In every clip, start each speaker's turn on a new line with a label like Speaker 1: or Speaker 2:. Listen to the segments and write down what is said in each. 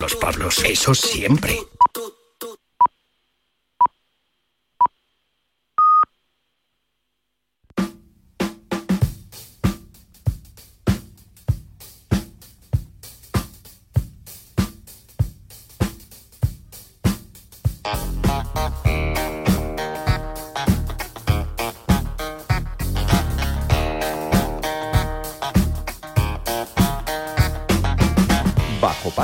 Speaker 1: Los Pablos, eso siempre.
Speaker 2: Bajo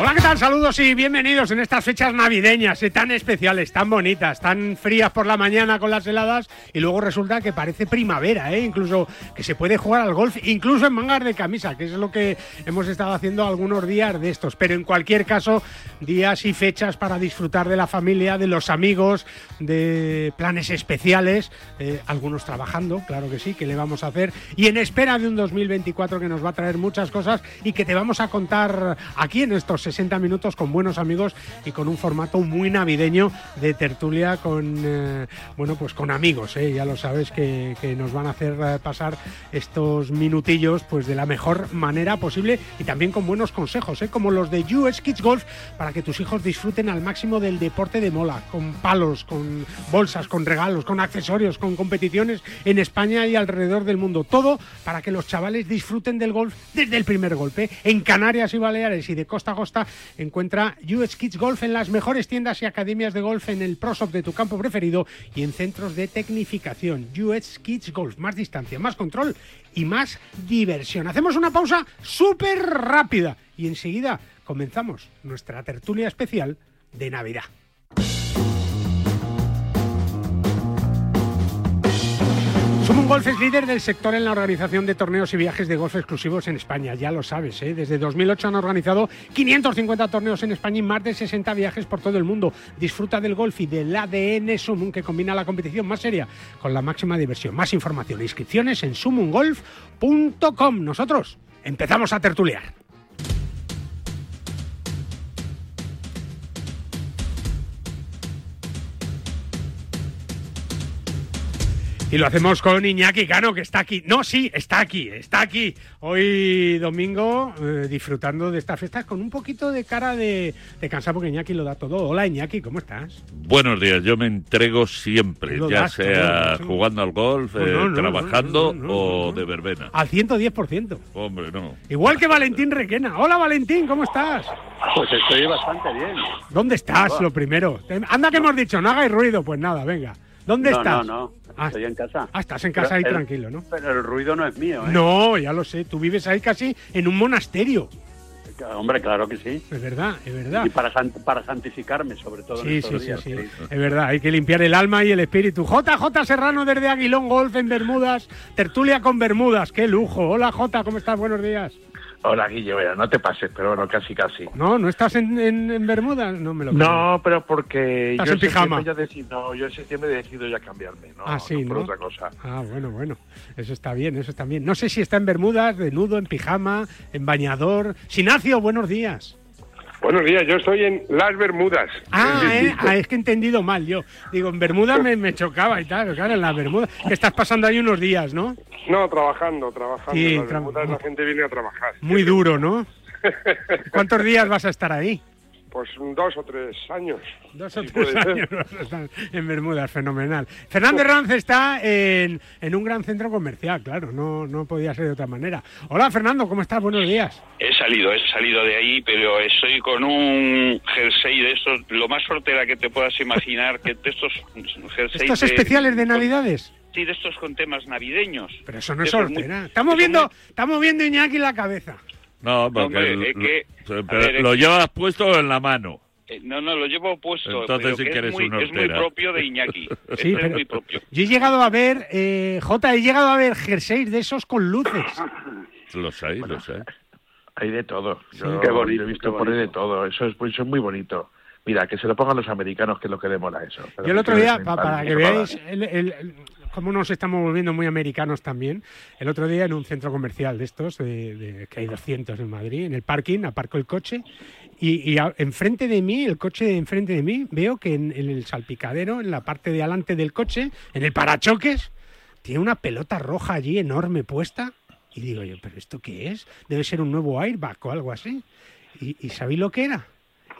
Speaker 3: Hola, ¿qué tal? Saludos y bienvenidos en estas fechas navideñas eh, tan especiales, tan bonitas, tan frías por la mañana con las heladas y luego resulta que parece primavera, ¿eh? incluso que se puede jugar al golf, incluso en mangas de camisa, que es lo que hemos estado haciendo algunos días de estos. Pero en cualquier caso, días y fechas para disfrutar de la familia, de los amigos, de planes especiales, eh, algunos trabajando, claro que sí, que le vamos a hacer, y en espera de un 2024 que nos va a traer muchas cosas y que te vamos a contar aquí en estos 60 minutos con buenos amigos y con un formato muy navideño de tertulia con, eh, bueno, pues con amigos, eh, ya lo sabes, que, que nos van a hacer eh, pasar estos minutillos pues de la mejor manera posible y también con buenos consejos, eh, como los de US Kids Golf, para que tus hijos disfruten al máximo del deporte de mola, con palos, con bolsas, con regalos, con accesorios, con competiciones en España y alrededor del mundo. Todo para que los chavales disfruten del golf desde el primer golpe. En Canarias y Baleares y de costa a costa encuentra US Kids Golf en las mejores tiendas y academias de golf en el Pro Shop de tu campo preferido y en centros de tecnificación. US Kids Golf, más distancia, más control y más diversión. Hacemos una pausa súper rápida y enseguida comenzamos nuestra tertulia especial de Navidad. Summon Golf es líder del sector en la organización de torneos y viajes de golf exclusivos en España, ya lo sabes, ¿eh? desde 2008 han organizado 550 torneos en España y más de 60 viajes por todo el mundo. Disfruta del golf y del ADN Summon que combina la competición más seria con la máxima diversión. Más información e inscripciones en summongolf.com. Nosotros empezamos a tertuliar. Y lo hacemos con Iñaki Cano, que está aquí. No, sí, está aquí, está aquí. Hoy domingo eh, disfrutando de estas fiestas con un poquito de cara de, de cansado porque Iñaki lo da todo. Hola Iñaki, ¿cómo estás?
Speaker 4: Buenos días, yo me entrego siempre,
Speaker 3: Lo
Speaker 4: ya
Speaker 3: das todo,
Speaker 4: sea
Speaker 3: macho.
Speaker 4: jugando al golf,
Speaker 3: Pues no,
Speaker 4: eh,
Speaker 3: no,
Speaker 4: trabajando
Speaker 3: no, no, no,
Speaker 4: o
Speaker 3: no.
Speaker 4: de verbena.
Speaker 3: Al 110%.
Speaker 4: Hombre, no.
Speaker 3: Igual que Valentín Requena. Hola Valentín, ¿cómo estás?
Speaker 5: Pues estoy bastante bien.
Speaker 3: ¿Dónde estás, lo primero? Anda que hemos dicho, no hagáis ruido. Pues nada, venga. ¿Dónde
Speaker 5: no,
Speaker 3: estás?
Speaker 5: No, no,
Speaker 3: Ah,
Speaker 5: estoy en casa.
Speaker 3: ah, estás en casa ahí
Speaker 5: Pero el-
Speaker 3: tranquilo, ¿no?
Speaker 5: Pero el ruido no es mío, ¿eh?
Speaker 3: No, ya lo sé. Tú vives ahí casi en un monasterio.
Speaker 5: Hombre, claro que sí.
Speaker 3: Es verdad, es verdad.
Speaker 5: Y para, san- para santificarme, sobre todo en
Speaker 3: Sí, sí,
Speaker 5: estos
Speaker 3: sí,
Speaker 5: días.
Speaker 3: sí. Es verdad, hay que limpiar el alma y el espíritu. JJ Serrano desde Aguilón Golf en Bermudas, tertulia con Bermudas, qué lujo. Hola J, ¿cómo estás? Buenos días.
Speaker 6: Hola, Guille, mira, no te pases, pero bueno, casi, casi.
Speaker 3: No, ¿no estás en, en- en Bermudas? No me lo creo.
Speaker 6: No, pero porque
Speaker 3: Estás
Speaker 6: yo
Speaker 3: en pijama.
Speaker 6: septiembre ya deci- no, yo en septiembre decido ya cambiarme, ¿no?
Speaker 3: Ah, sí,
Speaker 6: por
Speaker 3: ¿no?
Speaker 6: otra cosa.
Speaker 3: Ah, bueno, bueno. Eso está bien, eso está bien. No sé si está en Bermudas, desnudo, en pijama, en bañador. Sinacio, buenos días.
Speaker 7: Buenos días, yo estoy en Las Bermudas.
Speaker 3: Ah,
Speaker 7: Es
Speaker 3: eh,
Speaker 7: distinto.
Speaker 3: ah, es que he entendido mal yo. Digo, en Bermudas me, me chocaba y tal. Claro, en las Bermudas. Que estás pasando ahí unos días, ¿no?
Speaker 7: No, trabajando, trabajando.
Speaker 3: Sí,
Speaker 7: en las
Speaker 3: tra-
Speaker 7: Bermudas la gente viene a trabajar.
Speaker 3: Muy duro, ¿no? ¿Cuántos días vas a estar ahí?
Speaker 7: Pues dos o tres años.
Speaker 3: Dos o
Speaker 7: si
Speaker 3: tres
Speaker 7: puede ser.
Speaker 3: años están en Bermudas, fenomenal. Fernando Herranz está en, en un gran centro comercial, claro, no, no podía ser de otra manera. Hola Fernando, ¿cómo estás? Buenos días.
Speaker 8: He salido, he salido de ahí, pero estoy con un jersey de estos, lo más sortera que te puedas imaginar, que de estos jerseys...
Speaker 3: Estos especiales de
Speaker 8: con-
Speaker 3: Navidades.
Speaker 8: Sí, de estos con temas navideños.
Speaker 3: Pero eso no es
Speaker 8: Eso es muy-
Speaker 3: sortera. Estamos
Speaker 8: eso
Speaker 3: viendo,
Speaker 8: muy-
Speaker 3: estamos viendo Iñaki la cabeza.
Speaker 4: No, porque
Speaker 8: hombre,
Speaker 4: el-
Speaker 8: es que-
Speaker 4: lo-
Speaker 8: a ver, es
Speaker 4: lo
Speaker 8: que-
Speaker 4: llevas puesto en la mano.
Speaker 8: Eh, No, no, lo llevo puesto,
Speaker 4: Entonces
Speaker 8: pero
Speaker 4: sí
Speaker 8: que
Speaker 4: que eres
Speaker 8: es, muy,
Speaker 4: un
Speaker 8: es muy
Speaker 4: hortera.
Speaker 8: propio de Iñaki. Este
Speaker 3: Sí,
Speaker 8: es
Speaker 3: pero-
Speaker 8: muy propio.
Speaker 3: Yo he llegado a ver, eh, J, he llegado a ver jerseys de esos con luces.
Speaker 4: Los hay, los hay.
Speaker 6: Hay de todo. Yo,
Speaker 5: Qué bonito,
Speaker 6: yo he
Speaker 5: qué
Speaker 6: visto por ahí de
Speaker 5: bonito.
Speaker 6: todo. Eso es, pues, eso es muy bonito. Mira, que se lo pongan los americanos, que es lo que demola eso. Pero
Speaker 3: Yo el otro
Speaker 6: que
Speaker 3: día,
Speaker 6: se
Speaker 3: pa-
Speaker 6: van
Speaker 3: para que
Speaker 6: sopadas.
Speaker 3: veáis el- el- el- cómo nos estamos volviendo muy americanos también, el otro día en un centro comercial de estos, de, de- que hay 200 en Madrid, en el parking, aparco el coche y, y a- enfrente de mí, el coche de enfrente de mí, veo que en, en el salpicadero, en la parte de adelante del coche, en el parachoques, tiene una pelota roja allí enorme puesta. Y digo yo, ¿pero esto qué es? Debe ser un nuevo airbag o algo así. ¿Y, y sabéis lo que era?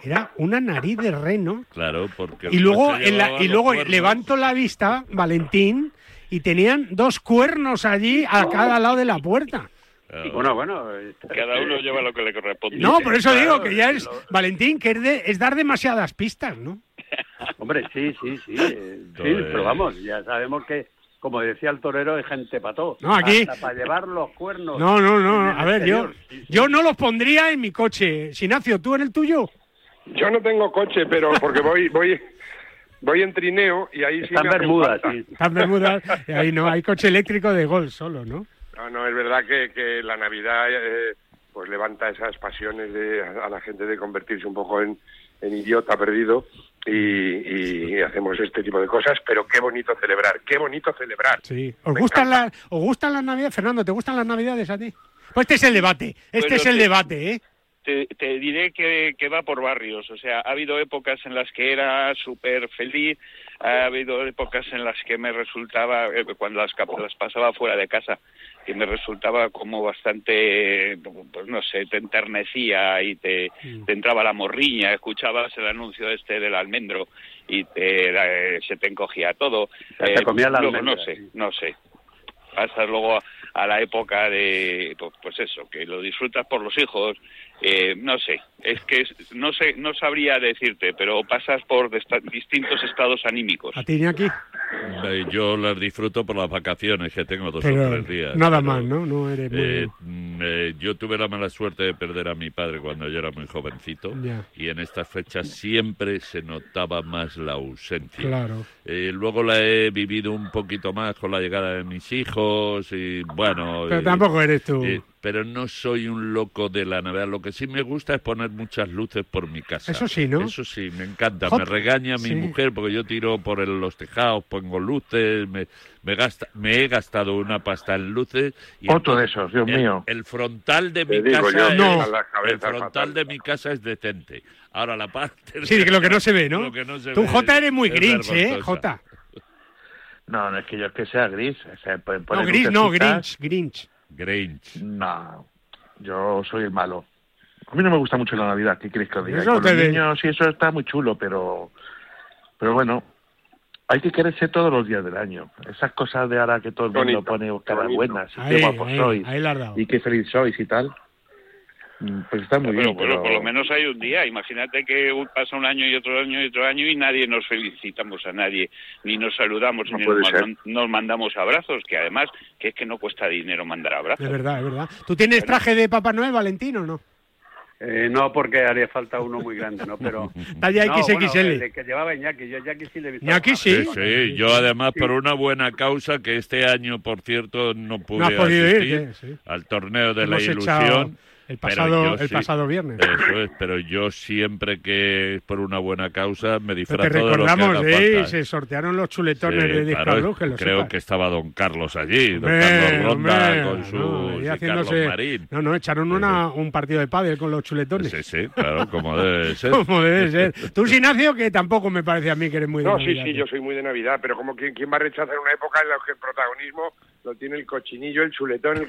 Speaker 3: Era una nariz de reno
Speaker 4: Claro, porque.
Speaker 3: y
Speaker 4: el
Speaker 3: luego,
Speaker 4: coche
Speaker 3: en la-
Speaker 4: llevaba
Speaker 3: y
Speaker 4: los
Speaker 3: luego
Speaker 4: cuernos.
Speaker 3: levanto la vista, Valentín, y tenían dos cuernos allí a cada lado de la puerta.
Speaker 4: Claro.
Speaker 5: Bueno, bueno. eh,
Speaker 8: Cada uno lleva lo que le corresponde.
Speaker 3: No, por eso
Speaker 5: claro,
Speaker 3: digo que ya es,
Speaker 5: lo-
Speaker 3: Valentín, que es, de- es dar demasiadas pistas, ¿no?
Speaker 5: Hombre, sí, sí, sí. eh, sí,
Speaker 4: Joder.
Speaker 5: pero vamos, ya sabemos que, como decía el torero, es gente pató.
Speaker 3: No, aquí-
Speaker 5: Hasta para llevar los cuernos.
Speaker 3: No, no, no,
Speaker 5: en el
Speaker 3: a ver, yo,
Speaker 5: exterior. Sí, sí.
Speaker 3: yo no los pondría en mi coche. Sinacio, ¿tú en el tuyo?
Speaker 7: Yo no tengo coche, pero porque voy, voy, voy en trineo y ahí sí
Speaker 5: Están
Speaker 7: me hacen
Speaker 5: bermudas,
Speaker 7: falta.
Speaker 5: sí.
Speaker 3: Estás Bermudas, y ahí no, hay coche eléctrico de gol solo, ¿no?
Speaker 7: No, no, es verdad que, que la Navidad eh, pues levanta esas pasiones de, a la gente de convertirse un poco en, en idiota perdido y, y hacemos este tipo de cosas, pero qué bonito celebrar, qué bonito celebrar.
Speaker 3: Sí. ¿Os
Speaker 7: Me
Speaker 3: gustan,
Speaker 7: encanta.
Speaker 3: las, ¿Os gustan las navidades? Fernando, ¿te gustan las navidades a ti? Pues este es el debate, este
Speaker 8: Bueno,
Speaker 3: es el
Speaker 8: sí.
Speaker 3: debate, ¿eh?
Speaker 8: Te, te diré que, que va por barrios, o sea, ha habido épocas en las que era súper feliz, ha habido épocas en las que me resultaba, eh, cuando las, cap- las pasaba fuera de casa, que me resultaba como bastante, pues no sé, te enternecía y te, te entraba la morriña, escuchabas el anuncio este del almendro y te, eh, se te encogía todo. Eh,
Speaker 5: sea, te comía la
Speaker 8: luego,
Speaker 5: almendra,
Speaker 8: No sé,
Speaker 5: sí.
Speaker 8: no sé. Pasas luego a, a la época de, pues, pues eso, que lo disfrutas por los hijos, eh, no sé, es que es- no sé, no sabría decirte, pero pasas por desta- distintos estados anímicos.
Speaker 3: A ti, Iñaki.
Speaker 4: Eh, Yo las disfruto por las vacaciones, que tengo dos o
Speaker 3: Pero
Speaker 4: tres días.
Speaker 3: nada
Speaker 4: pero,
Speaker 3: más, ¿no? No eres muy...
Speaker 4: eh, mm, eh, yo tuve la mala suerte de perder a mi padre cuando yo era muy jovencito
Speaker 3: Ya.
Speaker 4: y en estas fechas siempre se notaba más la ausencia.
Speaker 3: Claro.
Speaker 4: Eh, luego la he vivido un poquito más con la llegada de mis hijos y bueno.
Speaker 3: Pero
Speaker 4: y-
Speaker 3: tampoco eres tú.
Speaker 4: eh, pero no soy un loco de la Navidad. Lo que sí me gusta es poner muchas luces por mi casa.
Speaker 3: Eso sí, ¿no?
Speaker 4: Eso sí, me encanta.
Speaker 3: Jo-
Speaker 4: Me regaña mi
Speaker 3: sí.
Speaker 4: mujer porque yo tiro por el- los tejados, pongo luces, me, me, gasta, me he gastado una pasta en luces. Y
Speaker 6: Otro de
Speaker 4: entonces
Speaker 6: esos, Dios
Speaker 4: el-
Speaker 6: mío.
Speaker 4: El frontal de mi
Speaker 7: digo
Speaker 4: casa
Speaker 7: yo,
Speaker 4: es-
Speaker 3: No.
Speaker 7: la cabeza
Speaker 4: el frontal
Speaker 7: fatal.
Speaker 4: de mi casa es decente. Ahora la parte...
Speaker 3: Sí, que lo que no se ve, ¿no?
Speaker 4: Lo que no se
Speaker 3: Tú,
Speaker 4: ve
Speaker 3: Jota, eres muy
Speaker 4: es
Speaker 3: grinch, ¿eh?
Speaker 4: vergonzosa.
Speaker 3: Jota.
Speaker 6: No, no es que yo es que sea gris. o sea, pueden
Speaker 3: No,
Speaker 6: poner
Speaker 3: gris, no,
Speaker 6: lucecitas.
Speaker 3: grinch, grinch.
Speaker 4: Grinch.
Speaker 6: No, yo soy el malo. A mí no me gusta mucho la Navidad, ¿qué quieres que os diga?
Speaker 3: Eso
Speaker 6: Con
Speaker 3: te
Speaker 6: los
Speaker 3: de-
Speaker 6: niños sí, eso está muy chulo, pero pero bueno, hay que quererse todos los días del año. Esas cosas de ahora que todo el mundo
Speaker 7: Bonito,
Speaker 6: pone caras
Speaker 7: bonito.
Speaker 6: buenas y
Speaker 3: Ahí,
Speaker 6: qué guapos
Speaker 3: ahí,
Speaker 6: sois
Speaker 3: ahí la has dado.
Speaker 6: y qué feliz sois y tal, mm, pues está muy
Speaker 8: Pero,
Speaker 6: bien.
Speaker 8: pero
Speaker 6: pero-
Speaker 8: por lo menos hay un día. Imagínate que un- pasa un año y otro año y otro año y nadie nos felicitamos a nadie, ni nos saludamos,
Speaker 7: No
Speaker 8: ni
Speaker 7: puede
Speaker 8: nos,
Speaker 7: ser.
Speaker 8: mandan- nos mandamos abrazos, que además que es que no cuesta dinero mandar abrazos.
Speaker 3: Es verdad, es verdad. ¿Tú tienes traje de Papá Noel, Valentín, o no?
Speaker 5: Eh, no, porque haría falta uno muy grande, ¿no? Pero.
Speaker 3: Talla
Speaker 5: No,
Speaker 3: XXL.
Speaker 5: bueno, el de que llevaba Iñaki. Yo a Iñaki sí le he visto.
Speaker 3: Iñaki sí.
Speaker 4: Sí, sí, yo además por una buena causa que este año, por cierto, no pude
Speaker 3: has podido ir,
Speaker 4: asistir
Speaker 3: ¿qué? Sí.
Speaker 4: al torneo de
Speaker 3: Hemos
Speaker 4: la
Speaker 3: echado
Speaker 4: ilusión.
Speaker 3: el
Speaker 4: pero
Speaker 3: pasado,
Speaker 4: yo
Speaker 3: el
Speaker 4: sí.
Speaker 3: pasado viernes.
Speaker 4: Eso es, pero yo siempre que es por una buena causa me
Speaker 3: Pero te
Speaker 4: disfrazo de lo que haga
Speaker 3: recordamos,
Speaker 4: falta.
Speaker 3: sí,
Speaker 4: ¿eh?
Speaker 3: se sortearon los chuletones
Speaker 4: Sí,
Speaker 3: de Disco
Speaker 4: claro,
Speaker 3: Blue, que lo
Speaker 4: creo
Speaker 3: sepas.
Speaker 4: que estaba don Carlos allí, don
Speaker 3: Hombre,
Speaker 4: Carlos Ronda
Speaker 3: hombre, Ah,
Speaker 4: con su
Speaker 3: no, ahí
Speaker 4: sí,
Speaker 3: haciéndose-
Speaker 4: Carlos Marín.
Speaker 3: No, no, echaron una, un partido de pádel con los chuletones.
Speaker 4: Sí, sí, claro, como debe ser.
Speaker 3: Como debe ser. Tú, Sinacio, que tampoco me parece a mí que eres muy de
Speaker 7: No, sí,
Speaker 3: Navidad,
Speaker 7: sí,
Speaker 3: tío.
Speaker 7: yo soy muy de Navidad, pero como quién, quién va a rechazar una época en la que el protagonismo lo tiene el cochinillo, el chuletón, el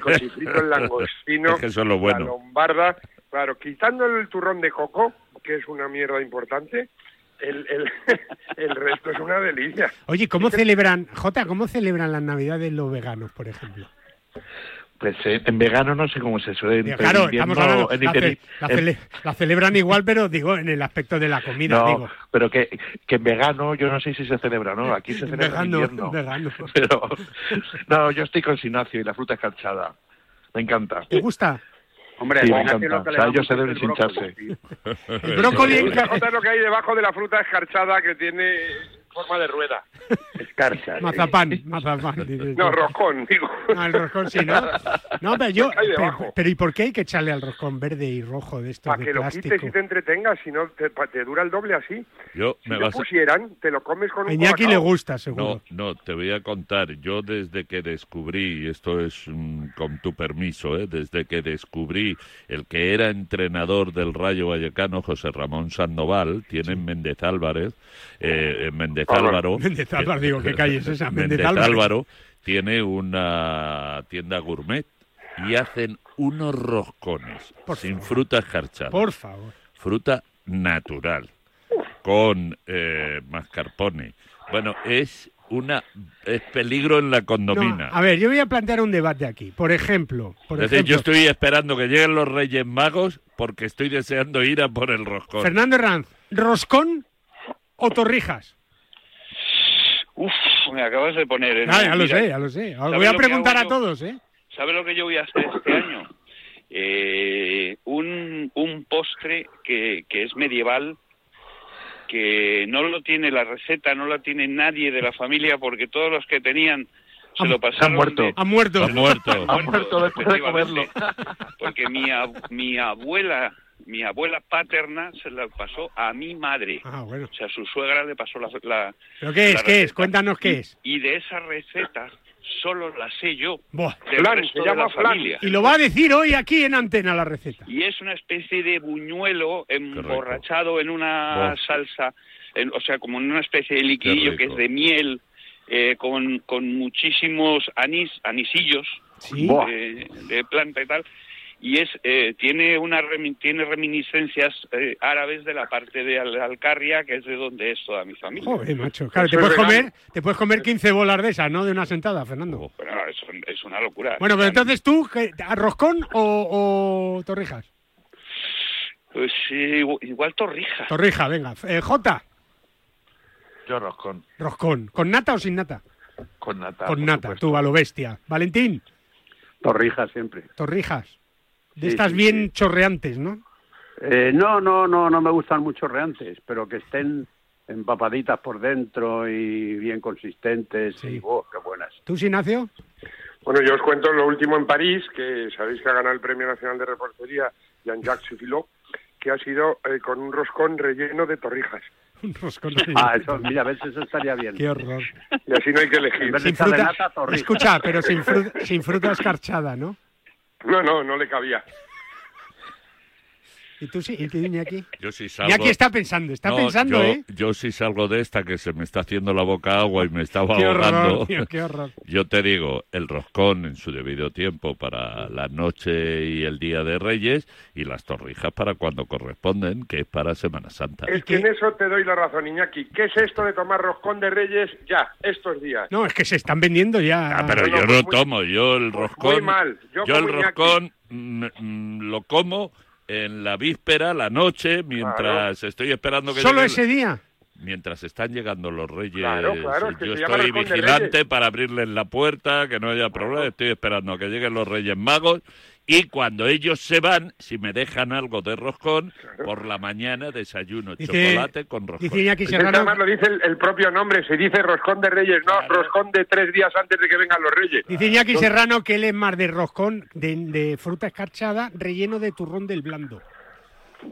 Speaker 7: cochifrito, el langostino,
Speaker 4: Es que eso es lo
Speaker 7: la
Speaker 4: bueno.
Speaker 7: lombarda, claro, quitando el turrón de coco, que es una mierda importante, el, el, el resto es una delicia.
Speaker 3: Oye, ¿cómo celebran, Jota, cómo celebran las Navidades los veganos, por ejemplo?
Speaker 6: Pues eh, en vegano no sé cómo se suele.
Speaker 3: Digo,
Speaker 6: en
Speaker 3: Claro,
Speaker 6: invierno,
Speaker 3: estamos hablando,
Speaker 6: en
Speaker 3: la, ce-
Speaker 6: interi-
Speaker 3: la
Speaker 6: en-
Speaker 3: cele- la celebran igual, pero digo, en el aspecto de la comida,
Speaker 6: no,
Speaker 3: digo.
Speaker 6: pero que, que en vegano yo no sé si se celebra o no. Aquí se celebra en invierno.
Speaker 3: Vegano, vegano.
Speaker 6: Pero no, yo estoy con Sinacio y la fruta escarchada. Me encanta.
Speaker 3: ¿Te gusta?
Speaker 5: Hombre,
Speaker 6: Sí, me
Speaker 5: Iñaki
Speaker 6: encanta.
Speaker 5: lo que
Speaker 6: O
Speaker 5: le
Speaker 6: sea,
Speaker 5: va
Speaker 6: ellos
Speaker 5: mucho
Speaker 6: se deben
Speaker 5: es el brócoli,
Speaker 6: hincharse.
Speaker 5: sí.
Speaker 3: El brócoli... eh.
Speaker 7: Y la cosa es lo que hay debajo de la fruta escarchada que tiene forma de rueda.
Speaker 5: Escarcha. sí.
Speaker 3: Mazapán, mazapán. dices
Speaker 7: No,
Speaker 3: tú.
Speaker 7: roscón, digo.
Speaker 3: No, Ah, el roscón sí, ¿no? No, pero yo...
Speaker 7: Ahí
Speaker 3: Pero,
Speaker 7: debajo.
Speaker 3: pero ¿y por qué hay que echarle al roscón verde y rojo de estos
Speaker 7: Para
Speaker 3: de
Speaker 7: que lo
Speaker 3: plástico?
Speaker 7: quites y te entretengas, si no te, pa- te dura el doble así.
Speaker 4: Yo
Speaker 7: Si
Speaker 4: me
Speaker 7: lo
Speaker 4: vas a...
Speaker 3: pues.
Speaker 7: pusieran, te lo comes con un
Speaker 3: A Iñaki le
Speaker 7: colacao.
Speaker 3: gusta, seguro.
Speaker 4: No, no, te voy a contar. Yo desde que descubrí, y esto es mm, con tu permiso, ¿eh? desde que descubrí el que era entrenador del Rayo Vallecano, José Ramón Sandoval, tiene en Méndez Álvarez, eh, en Méndez
Speaker 7: Álvaro.
Speaker 4: Álvaro.
Speaker 3: Méndez Álvaro, digo, ¿qué calle es esa? Méndez
Speaker 4: Méndez
Speaker 3: Álvarez.
Speaker 4: Álvaro tiene una tienda gourmet y hacen unos roscones
Speaker 3: Por
Speaker 4: sin
Speaker 3: favor.
Speaker 4: fruta escarchada,
Speaker 3: Por favor.
Speaker 4: fruta natural, con eh, mascarpone. Bueno, es una es peligro en la
Speaker 3: No,
Speaker 4: condomina.
Speaker 3: a ver, yo voy a plantear un debate aquí. Por ejemplo, por
Speaker 4: Es decir,
Speaker 3: ejemplo,
Speaker 4: yo estoy esperando que lleguen los Reyes Magos porque estoy deseando ir a por el roscón.
Speaker 3: Fernando Herranz, ¿roscón o torrijas?
Speaker 8: Uf, Pues me acabas de poner en...
Speaker 3: Ah, ya lo
Speaker 8: Eh, Mira,
Speaker 3: sé, ya lo sé. Os
Speaker 8: ¿sabes
Speaker 3: voy a
Speaker 8: lo que
Speaker 3: preguntar a
Speaker 8: hago yo?
Speaker 3: todos, ¿eh?
Speaker 8: ¿Sabes lo que yo voy a hacer este año? Eh, un, un postre que, que es medieval, que no lo tiene la receta, no la tiene nadie de la familia, porque todos los que tenían se
Speaker 3: Han-
Speaker 8: lo pasaron.
Speaker 6: han muerto.
Speaker 8: de-
Speaker 3: Ha muerto.
Speaker 4: Ha muerto.
Speaker 6: Han muerto después de comerlo.
Speaker 8: efectivamente, Porque mi, ab- mi abuela, mi abuela paterna se la pasó a mi madre.
Speaker 3: Ah, bueno.
Speaker 8: O sea, su suegra le pasó la, la-
Speaker 3: ¿Pero qué
Speaker 8: la
Speaker 3: es? ¿Qué es?
Speaker 8: receta.
Speaker 3: Cuéntanos qué es.
Speaker 8: Y de esa receta solo la sé yo.
Speaker 3: Buah.
Speaker 8: Del
Speaker 7: Flan,
Speaker 8: resto
Speaker 7: se
Speaker 8: de
Speaker 7: llama
Speaker 8: la
Speaker 7: flan.
Speaker 8: familia.
Speaker 3: Y lo va a decir hoy aquí en antena la receta.
Speaker 8: y es una especie de buñuelo emborrachado en una
Speaker 4: Buah.
Speaker 8: salsa, en- o sea, como en una especie de liquidillo
Speaker 4: rico.
Speaker 8: que es de miel, eh, con, con muchísimos anís, anisillos
Speaker 3: Sí.
Speaker 6: Buah.
Speaker 8: de, de planta y tal. Y es, eh, tiene, una remi- tiene reminiscencias eh, árabes de la parte de Al- Alcarria, que es de donde es toda mi familia.
Speaker 3: Joder, macho. Claro, te
Speaker 7: Soy
Speaker 3: puedes,
Speaker 7: vegano.
Speaker 3: comer, te puedes comer 15 bolas de esas, ¿no? De una sentada, Fernando.
Speaker 8: Oh, Pero no, es, un- es una locura.
Speaker 3: Bueno, pero
Speaker 8: O sea,
Speaker 3: entonces tú, ¿qué? ¿a ¿roscón o, o torrijas?
Speaker 8: pues, eh, igu- igual torrija.
Speaker 3: Torrija, venga. Eh, Jota,
Speaker 6: Yo roscón,
Speaker 3: roscón. ¿Con nata o sin nata?
Speaker 6: con nata.
Speaker 3: Con
Speaker 6: por
Speaker 3: nata,
Speaker 6: supuesto.
Speaker 3: tú a lo bestia. Valentín,
Speaker 5: Torrijas siempre.
Speaker 3: torrijas.
Speaker 5: Sí,
Speaker 3: De estas
Speaker 5: sí,
Speaker 3: bien
Speaker 5: sí.
Speaker 3: chorreantes, ¿no?
Speaker 5: Eh, no, no, no, no me gustan mucho reantes, pero que estén empapaditas por dentro y bien consistentes
Speaker 3: Sí.
Speaker 5: y oh, qué buenas.
Speaker 3: ¿Tú, Sinacio?
Speaker 7: Bueno, yo os cuento lo último en París, que sabéis que ha ganado el Premio Nacional de Reportería Jean-Jacques Suffilot, que ha sido eh, con un roscón relleno de torrijas.
Speaker 3: Un roscón.
Speaker 5: Ah, eso, mira, a veces estaría bien.
Speaker 3: Qué horror.
Speaker 7: Y así no hay que elegir.
Speaker 5: Verde
Speaker 3: Sin
Speaker 5: echarle
Speaker 3: fruta,
Speaker 5: nata, torrijas.
Speaker 3: escucha, pero sin, fru- sin fruta escarchada, ¿no?
Speaker 7: No, no, no le cabía.
Speaker 3: ¿Y tú sí? ¿Y tú, Iñaki?
Speaker 4: Yo sí salgo.
Speaker 3: Iñaki está pensando, está
Speaker 4: No,
Speaker 3: pensando,
Speaker 4: yo,
Speaker 3: ¿eh?
Speaker 4: Yo sí salgo de esta que se me está haciendo la boca agua y me estaba
Speaker 3: Qué horror,
Speaker 4: ahogando.
Speaker 3: tío, qué horror.
Speaker 4: Yo te digo, el roscón en su debido tiempo para la noche y el día de Reyes y las torrijas para cuando corresponden, que es para Semana Santa.
Speaker 7: Es
Speaker 3: qué?
Speaker 7: que en eso te doy la razón, Iñaki. ¿Qué es esto de tomar roscón de reyes ya, estos días?
Speaker 3: No, es que se están vendiendo ya.
Speaker 4: Ah, pero
Speaker 7: No, no,
Speaker 4: yo no
Speaker 7: muy-
Speaker 4: tomo, yo el
Speaker 7: muy
Speaker 4: roscón.
Speaker 7: mal, yo
Speaker 4: el
Speaker 7: como Iñaki.
Speaker 4: roscón mm, mm, lo como en la víspera, la noche, mientras estoy esperando que
Speaker 3: Solo
Speaker 4: lleguen-
Speaker 3: ese día.
Speaker 4: mientras están llegando los reyes.
Speaker 7: Claro, claro, es que
Speaker 4: yo
Speaker 7: se llama
Speaker 4: estoy
Speaker 7: Balcón de
Speaker 4: vigilante
Speaker 7: Reyes.
Speaker 4: para abrirles la puerta, que no haya problema. Estoy esperando a que lleguen los reyes magos. Y cuando ellos se van, si me dejan algo de roscón, por la mañana desayuno
Speaker 3: Dice-
Speaker 4: chocolate con roscón.
Speaker 3: Dice Iñaki
Speaker 7: Es que además
Speaker 3: Serrano.
Speaker 7: lo dice el, el propio nombre, se dice roscón de reyes, no roscón de tres días antes de que vengan los reyes.
Speaker 4: Ah.
Speaker 3: Dice Iñaki Serrano que él es más de roscón, de, de fruta escarchada, relleno de turrón del blando.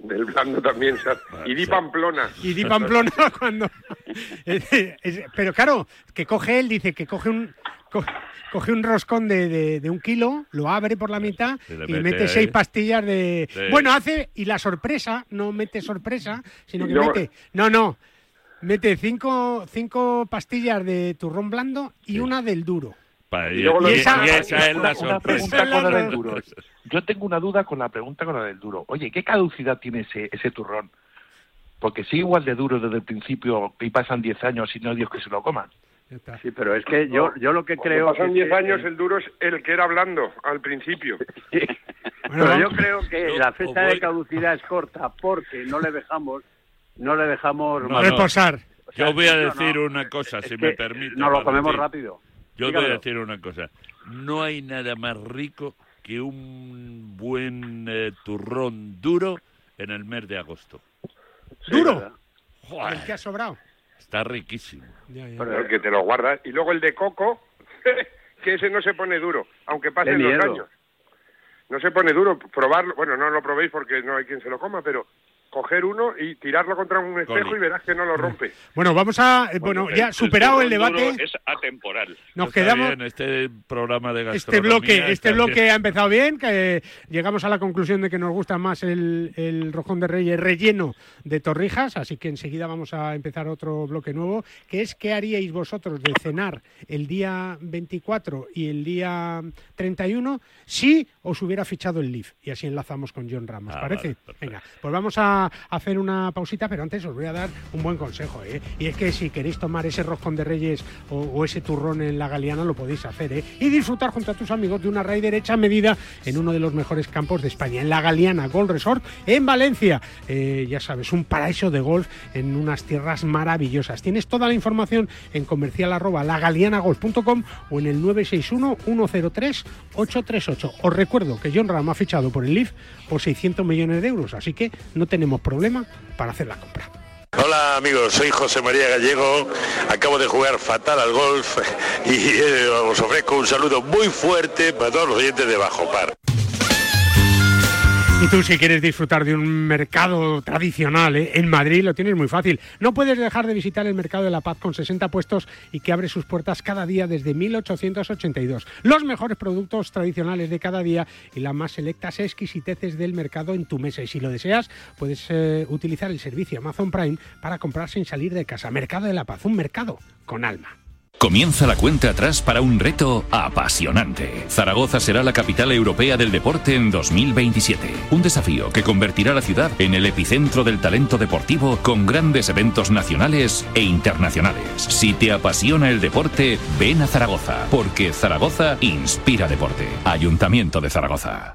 Speaker 7: Del blando también, ¿sabes? Y di
Speaker 4: sí.
Speaker 7: Pamplona.
Speaker 3: Y Di Pamplona cuando... Es- es- Pero claro, que coge él, dice que coge un... co- Coge un roscón de, de- de un kilo, lo abre por la mitad
Speaker 4: Y le
Speaker 3: y le
Speaker 4: mete
Speaker 3: mete
Speaker 4: ahí.
Speaker 3: seis pastillas de...
Speaker 4: Sí.
Speaker 3: Bueno, hace... Y la sorpresa, no mete sorpresa, sino que
Speaker 7: No.
Speaker 3: mete... No, no. Mete cinco, cinco pastillas de turrón blando y una del duro.
Speaker 4: Pa- y,
Speaker 7: Y luego lo
Speaker 4: y-
Speaker 3: dice-
Speaker 4: y esa es
Speaker 6: Una-
Speaker 4: la
Speaker 6: una
Speaker 4: sorpresa.
Speaker 6: pregunta con la del
Speaker 3: Esa es la
Speaker 6: duro. Yo tengo una duda con la pregunta con la del duro. Oye, ¿qué caducidad tiene ese, ese turrón? Porque sigue igual de duro desde el principio y pasan 10 años y no Dios que se lo coman.
Speaker 3: Ya está.
Speaker 5: Sí, pero es que yo, yo lo que creo...
Speaker 7: Cuando pasan
Speaker 5: que-
Speaker 7: 10 años, el duro es el que era blando al principio.
Speaker 5: Pero
Speaker 3: Bueno,
Speaker 5: yo
Speaker 3: vamos.
Speaker 5: creo que
Speaker 4: Yo
Speaker 5: la
Speaker 4: os
Speaker 5: fecha
Speaker 4: voy-
Speaker 5: de caducidad es corta porque no le dejamos, no le dejamos
Speaker 4: No, no.
Speaker 3: Reposar.
Speaker 5: o sea,
Speaker 4: Yo voy a
Speaker 5: yo
Speaker 4: decir
Speaker 5: no,
Speaker 4: una cosa,
Speaker 5: Es
Speaker 4: si
Speaker 5: que
Speaker 4: me permite.
Speaker 5: No lo comemos
Speaker 4: Valentín.
Speaker 5: rápido.
Speaker 4: Yo te voy a
Speaker 5: Dígamelo.
Speaker 4: decir una cosa. No hay nada más rico que un buen eh, turrón duro en el mes de agosto.
Speaker 5: Sí, ¿verdad?
Speaker 3: Duro.
Speaker 4: ¡Joder!
Speaker 3: El que ha sobrado.
Speaker 4: Está riquísimo.
Speaker 3: Ya, ya.
Speaker 5: Pero-
Speaker 7: El que te lo guardas. Y luego el de coco, que ese no se pone duro, aunque pasen
Speaker 5: De
Speaker 7: los
Speaker 5: miedo.
Speaker 7: años. No se pone duro, probarlo. Bueno, no lo probéis porque no hay quien se lo coma, pero coger uno y tirarlo contra un espejo
Speaker 4: Goli.
Speaker 7: y verás que no lo rompe.
Speaker 3: Bueno, vamos a. eh, Bueno,
Speaker 4: Bueno,
Speaker 3: ya
Speaker 4: el-
Speaker 3: superado el
Speaker 8: turrón duro
Speaker 3: debate,
Speaker 8: Es atemporal.
Speaker 3: nos
Speaker 4: Está
Speaker 3: quedamos.
Speaker 4: bien, este programa de
Speaker 3: Este
Speaker 4: gastronomía
Speaker 3: bloque,
Speaker 4: está
Speaker 3: este
Speaker 4: bien.
Speaker 3: bloque ha empezado bien, que eh, llegamos a la conclusión de que nos gusta más el, el rojón de reyes relleno de torrijas, así que enseguida vamos a empezar otro bloque nuevo, que es qué haríais vosotros de cenar el día 24 y el día 31 si os hubiera fichado el Leaf. Y así enlazamos con John Ramos,
Speaker 4: Ah,
Speaker 3: ¿parece?
Speaker 4: vale, perfecto.
Speaker 3: Venga, pues vamos a hacer una pausita, pero antes os voy a dar un buen consejo, ¿eh? Y es que si queréis tomar ese roscón de reyes o, o ese turrón en la Galeana, lo podéis hacer, ¿eh? Y disfrutar junto a tus amigos de una raid derecha medida en uno de los mejores campos de España, en la Galeana Golf Resort, en Valencia. Eh, ya sabes, un paraíso de golf en unas tierras maravillosas. Tienes toda la información en comercial arroba lagalianagolf.com o en el 961-103-838. Os recuerdo que John Ram ha fichado por el LIF por 600 millones de euros, así que no tenemos problema para hacer la compra.
Speaker 9: Hola amigos, soy José María Gallego, acabo de jugar fatal al golf y eh, os ofrezco un saludo muy fuerte para todos los oyentes de Bajo Par.
Speaker 3: Y tú si quieres disfrutar de un mercado tradicional ¿eh? en Madrid lo tienes muy fácil. No puedes dejar de visitar el Mercado de la Paz con 60 puestos y que abre sus puertas cada día desde 1882. Los mejores productos tradicionales de cada día y las más selectas exquisiteces del mercado en tu mesa. Y si lo deseas, puedes eh, utilizar el servicio Amazon Prime para comprar sin salir de casa. Mercado de la Paz, un mercado con alma.
Speaker 1: Comienza la cuenta atrás para un reto apasionante. Zaragoza será la capital europea del deporte en 2027. Un desafío que convertirá a la ciudad en el epicentro del talento deportivo con grandes eventos nacionales e internacionales. Si te apasiona el deporte, ven a Zaragoza, porque Zaragoza inspira deporte. Ayuntamiento de Zaragoza.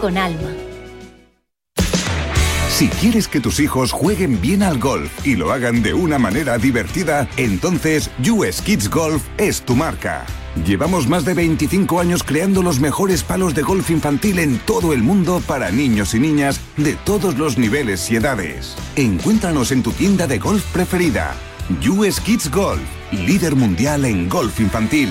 Speaker 10: con alma.
Speaker 11: Si quieres que tus hijos jueguen bien al golf y lo hagan de una manera divertida, entonces US Kids Golf es tu marca. Llevamos más de 25 años creando los mejores palos de golf infantil en todo el mundo para niños y niñas de todos los niveles y edades. Encuéntranos en tu tienda de golf preferida. US Kids Golf, líder mundial en golf infantil.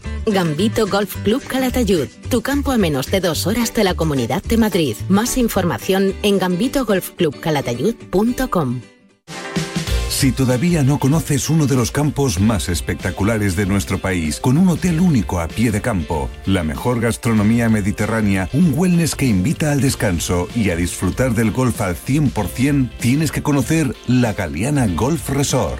Speaker 12: Gambito Golf Club Calatayud, tu campo a menos de dos horas de la Comunidad de Madrid. Más información en gambitogolfclubcalatayud.com.
Speaker 11: Si todavía no conoces uno de los campos más espectaculares de nuestro país, con un hotel único a pie de campo, la mejor gastronomía mediterránea, un wellness que invita al descanso y a disfrutar del golf al 100%, tienes que conocer la Galeana Golf Resort.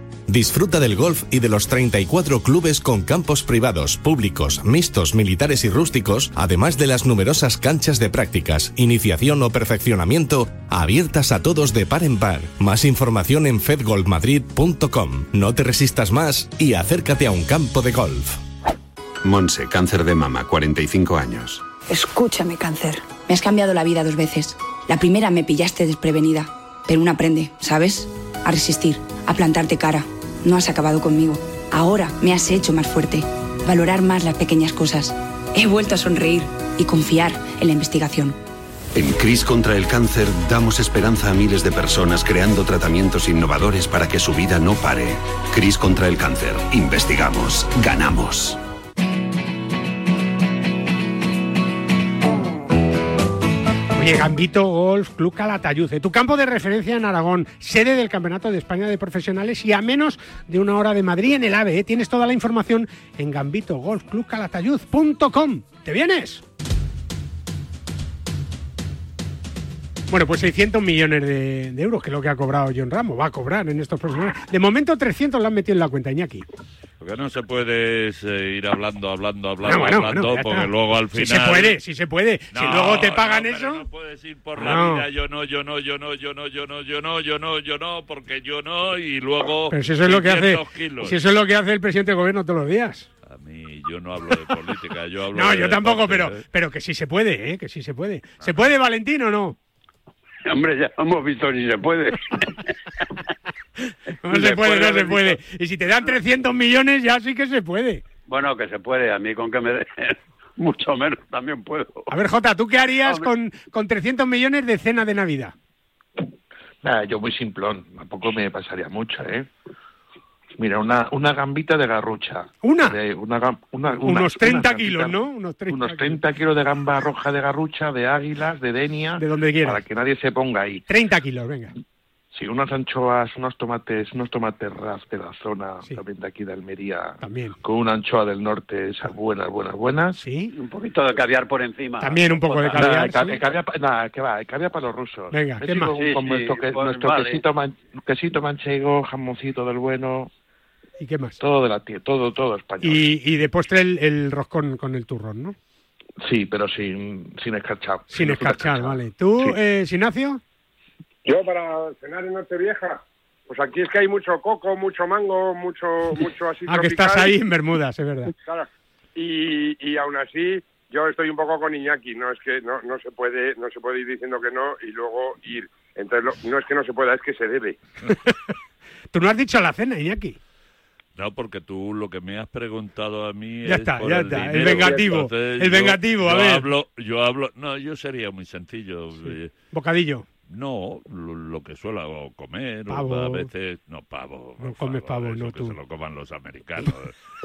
Speaker 13: Disfruta del golf y de los 34 clubes con campos privados, públicos, mixtos, militares y rústicos, además de las numerosas canchas de prácticas, iniciación o perfeccionamiento abiertas a todos de par en par. Más información en fedgolfmadrid.com. No te resistas más y acércate a un campo de golf.
Speaker 2: Monse, cáncer de mama, 45 años.
Speaker 14: Escúchame, cáncer. Me has cambiado la vida dos veces. La primera me pillaste desprevenida, pero uno aprende, ¿sabes? A resistir, a plantarte cara. No has acabado conmigo. Ahora me has hecho más fuerte, valorar más las pequeñas cosas. He vuelto a sonreír y confiar en la investigación.
Speaker 2: En Cris contra el cáncer damos esperanza a miles de personas creando tratamientos innovadores para que su vida no pare. Cris contra el cáncer. Investigamos. Ganamos.
Speaker 3: Oye, Gambito Golf Club Calatayud, eh, tu campo de referencia en Aragón, sede del Campeonato de España de Profesionales y a menos de una hora de Madrid en el AVE. eh. Tienes toda la información en gambitogolfclubcalatayud.com. ¿Te vienes? Bueno, pues 600 millones de, de euros, que es lo que ha cobrado John Ramos, va a cobrar en estos próximos años. De momento 300 lo han metido en la cuenta, Iñaki.
Speaker 4: Porque no se puede es, eh, ir hablando, hablando, hablando,
Speaker 3: No, bueno,
Speaker 4: hablando,
Speaker 3: bueno, ya
Speaker 4: porque
Speaker 3: está.
Speaker 4: luego al
Speaker 3: Si
Speaker 4: final...
Speaker 3: se puede, si se puede. si
Speaker 4: No,
Speaker 3: luego te
Speaker 4: no,
Speaker 3: pagan
Speaker 4: pero
Speaker 3: eso...
Speaker 4: No puedes ir por
Speaker 3: No.
Speaker 4: la vida, yo no, yo no, yo no, yo no, yo no, yo no, yo no, yo no, porque yo no, y luego.
Speaker 3: Pero si eso es lo que hace,
Speaker 4: 500 kilos.
Speaker 3: si eso es lo que hace el presidente del gobierno todos los días.
Speaker 4: A mí, yo no hablo de política, yo hablo
Speaker 3: No,
Speaker 4: de
Speaker 3: yo tampoco,
Speaker 4: deporte,
Speaker 3: pero, pero que sí se puede, ¿eh? que sí se puede. ¿Se puede, Valentín, o no?
Speaker 5: Hombre, ya hemos visto ni se puede.
Speaker 3: No se puede, no se puede. Y si te dan 300 millones, ya sí que se puede.
Speaker 5: Bueno, que se puede, a mí con que me den mucho menos también puedo.
Speaker 3: A ver, Jota, ¿tú qué harías con, con 300 millones de cena de Navidad?
Speaker 6: Nada, yo muy simplón, tampoco me pasaría mucho, ¿eh? Mira, una, una gambita de garrucha.
Speaker 3: ¿Una?
Speaker 6: De- una, gam- una- una-
Speaker 3: Unos 30
Speaker 6: una
Speaker 3: kilos,
Speaker 6: gambita-
Speaker 3: ¿no? Unos 30.
Speaker 6: Unos 30 kilos de gamba roja de garrucha, de águilas, de denia. De donde
Speaker 3: quieras.
Speaker 6: Para que nadie se ponga ahí.
Speaker 3: 30 kilos, venga.
Speaker 6: Sí, unas anchoas, unos tomates, unos tomates ras de la zona, también de aquí de Almería.
Speaker 3: También.
Speaker 6: Con una anchoa del norte, esas buenas, buenas, buenas.
Speaker 3: Sí.
Speaker 5: Un poquito de caviar por encima.
Speaker 3: También un poco de caviar,
Speaker 6: Nada, el ca-
Speaker 3: sí.
Speaker 6: el caviar pa- nada, que va, el caviar para los rusos.
Speaker 3: Venga,
Speaker 6: Me
Speaker 3: ¿qué
Speaker 6: sirvo
Speaker 3: más?
Speaker 6: un-
Speaker 3: Sí,
Speaker 6: con
Speaker 3: sí,
Speaker 6: nuestro, que-
Speaker 3: pues
Speaker 6: nuestro
Speaker 3: vale.
Speaker 6: quesito, man- quesito manchego, jamoncito del bueno.
Speaker 3: ¿Y qué más?
Speaker 6: Todo de la tía, todo, todo español.
Speaker 3: Y, y de postre el, el roscón con el turrón, ¿no?
Speaker 6: Sí, pero sin, sin escarchado.
Speaker 3: Sin escarchar, vale. ¿Tú, eh, Sinacio?
Speaker 7: Yo para cenar en Nochevieja, pues aquí es que hay mucho coco, mucho mango, mucho, mucho así.
Speaker 3: Ah, que
Speaker 7: tropical.
Speaker 3: estás ahí en Bermudas, es verdad.
Speaker 7: Claro. Y, y aún así, yo estoy un poco con Iñaki. No es que no, no se puede, no se puede ir diciendo que no y luego ir. Entonces, lo- no es que no se pueda, es que se debe.
Speaker 3: Tú no has dicho la cena, Iñaki.
Speaker 4: No, porque tú lo que me has preguntado a mí
Speaker 3: Ya
Speaker 4: es
Speaker 3: está,
Speaker 4: por
Speaker 3: ya
Speaker 4: el
Speaker 3: está, el
Speaker 4: dinero.
Speaker 3: vengativo, el
Speaker 4: yo-
Speaker 3: vengativo, a
Speaker 4: yo
Speaker 3: ver.
Speaker 4: Hablo, yo hablo, no, yo sería muy sencillo. eh,
Speaker 3: Bocadillo.
Speaker 4: No, lo, lo que suelo comer, o
Speaker 3: Pavo.
Speaker 4: a veces, no pavo,
Speaker 3: No comes pavo,
Speaker 4: eso
Speaker 3: no
Speaker 4: que
Speaker 3: tú.
Speaker 4: se lo coman los americanos.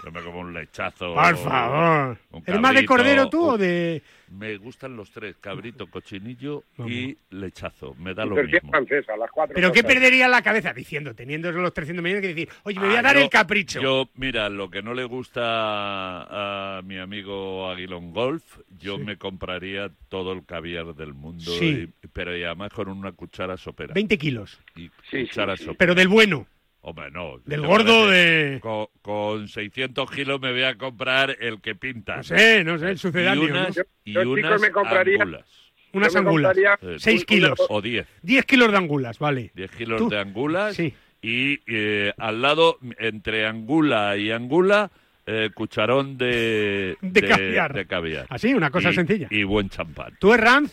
Speaker 4: Yo me como un lechazo.
Speaker 3: Por favor.
Speaker 4: un
Speaker 3: ¿Eres más de
Speaker 4: cabrito,
Speaker 3: cordero tú
Speaker 4: un-
Speaker 3: o de...?
Speaker 4: Me gustan los tres, cabrito, cochinillo y lechazo. Me da lo
Speaker 7: Tercia
Speaker 4: mismo.
Speaker 7: francesa, las cuatro.
Speaker 3: ¿Pero qué
Speaker 7: cosas.
Speaker 3: perdería la cabeza diciendo, teniendo los 300 millones, que decir, oye, me voy a
Speaker 4: Ah,
Speaker 3: dar
Speaker 4: yo-
Speaker 3: el capricho?
Speaker 4: Yo, mira, lo que no le gusta a, a mi amigo Aguilón Golf, yo
Speaker 3: Sí.
Speaker 4: me compraría todo el caviar del mundo,
Speaker 3: Sí.
Speaker 4: y- pero y además con una cuchara sopera.
Speaker 3: 20 kilos.
Speaker 4: Y cuchara sopera.
Speaker 3: Pero del bueno.
Speaker 4: Hombre, no.
Speaker 3: Del
Speaker 4: ¿te
Speaker 3: gordo
Speaker 4: parece?
Speaker 3: de-
Speaker 4: Co- Con, 600 kilos me voy a comprar el que pinta. No
Speaker 3: sé, no sé, el sucedáneo,
Speaker 4: Y unas,
Speaker 3: ¿no?
Speaker 4: y
Speaker 7: Yo, chicos,
Speaker 4: unas
Speaker 7: me compraría-
Speaker 4: angulas.
Speaker 3: Unas
Speaker 7: Yo me
Speaker 3: angulas.
Speaker 7: compraría
Speaker 3: 6
Speaker 7: un- una-
Speaker 3: kilos.
Speaker 4: Eh, O 10.
Speaker 3: 10 kilos de angulas, vale.
Speaker 4: 10 kilos
Speaker 3: Tú-
Speaker 4: de angulas y eh, al lado, entre angula y angula, eh, cucharón de,
Speaker 3: De caviar.
Speaker 4: de caviar.
Speaker 3: Así, una cosa
Speaker 4: Y-
Speaker 3: sencilla.
Speaker 4: Y buen champán.
Speaker 3: ¿Tú, Herranz?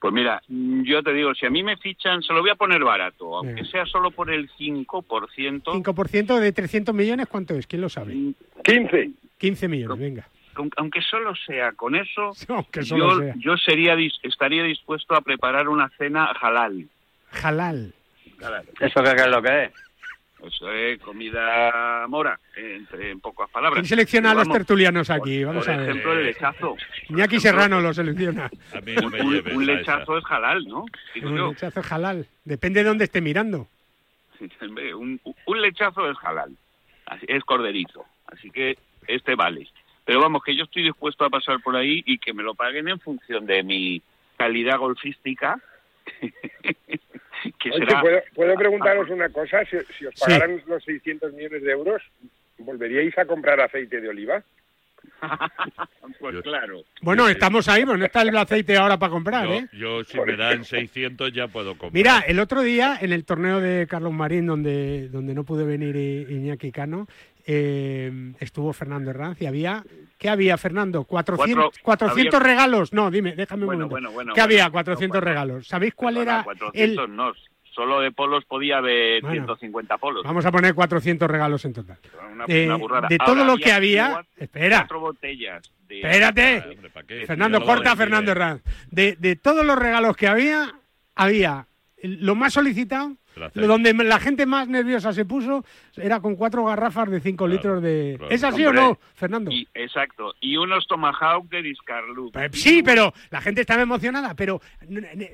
Speaker 8: Pues mira, yo te digo, si a mí me fichan, se lo voy a poner barato, aunque
Speaker 3: Venga.
Speaker 8: sea solo por el 5%,
Speaker 3: 5% de 300 millones, ¿cuánto es? ¿Quién lo sabe?
Speaker 8: 15.
Speaker 3: 15 millones, venga.
Speaker 8: aun- aunque solo sea con eso,
Speaker 3: Aunque solo
Speaker 8: yo,
Speaker 3: sea.
Speaker 8: yo sería dis- estaría dispuesto a preparar una cena halal.
Speaker 3: Jalal.
Speaker 5: ¿Eso qué es lo que es?
Speaker 8: Eso es comida mora, eh, entre, en pocas palabras.
Speaker 3: ¿Quién selecciona a
Speaker 8: Pero
Speaker 3: los
Speaker 8: vamos,
Speaker 3: tertulianos aquí?
Speaker 8: Por
Speaker 3: Vamos a ver.
Speaker 8: ejemplo, el lechazo.
Speaker 3: Iñaki Serrano lo selecciona.
Speaker 8: Un, un lechazo es halal, ¿no? Digo
Speaker 3: Un
Speaker 8: yo.
Speaker 3: lechazo jalal. Depende de dónde esté mirando.
Speaker 8: un, un lechazo es halal, así- es corderito, así que este vale. Pero vamos, que yo estoy dispuesto a pasar por ahí y que me lo paguen en función de mi calidad golfística. que
Speaker 15: Oye,
Speaker 8: será...
Speaker 3: pues,
Speaker 15: ¿puedo, puedo preguntaros una cosa? Si, si os
Speaker 8: Sí.
Speaker 15: pagaran los 600 millones de euros, ¿volveríais a comprar aceite de oliva?
Speaker 8: pues claro.
Speaker 3: Bueno, estamos ahí, pero no está el aceite ahora para comprar, ¿eh?
Speaker 4: Yo, si me dan 600 ya puedo comprar.
Speaker 3: Mira, el otro día en el torneo de Carlos Marín, donde, donde no pude venir I- Iñaki Cano, eh, estuvo Fernando Herranz y había. ¿Qué había, Fernando? ¿400,
Speaker 8: Cuatro-
Speaker 3: 400
Speaker 8: había-
Speaker 3: regalos? No, dime, déjame
Speaker 8: Bueno,
Speaker 3: un momento.
Speaker 8: bueno, bueno,
Speaker 3: ¿Qué
Speaker 8: bueno.
Speaker 3: había? 400 regalos. ¿Sabéis cuál
Speaker 8: Perdona,
Speaker 3: era
Speaker 8: 400 no, solo de polos podía haber
Speaker 3: Bueno,
Speaker 8: 150 polos.
Speaker 3: el.? Vamos a poner 400 regalos en total.
Speaker 8: Una-
Speaker 3: de-
Speaker 8: una burrada.
Speaker 3: de todo
Speaker 8: Ahora,
Speaker 3: lo que había-
Speaker 8: igual
Speaker 3: espera.
Speaker 8: Cuatro botellas. de-
Speaker 3: Espérate.
Speaker 8: Ah, hombre, ¿para qué?
Speaker 3: Fernando,
Speaker 8: Yo lo
Speaker 3: corta,
Speaker 8: decidí.
Speaker 3: Fernando Herranz. De, de todos los regalos que había, había lo más solicitado,
Speaker 4: Placer.
Speaker 3: donde la gente más nerviosa se puso, era con cuatro garrafas de cinco litros de...
Speaker 8: claro.
Speaker 3: ¿Es así
Speaker 8: Hombre.
Speaker 3: o no, Fernando?
Speaker 8: Exacto. Y unos Tomahawk de Discarlu.
Speaker 3: Eh, Sí, pero la gente estaba emocionada, pero n- n-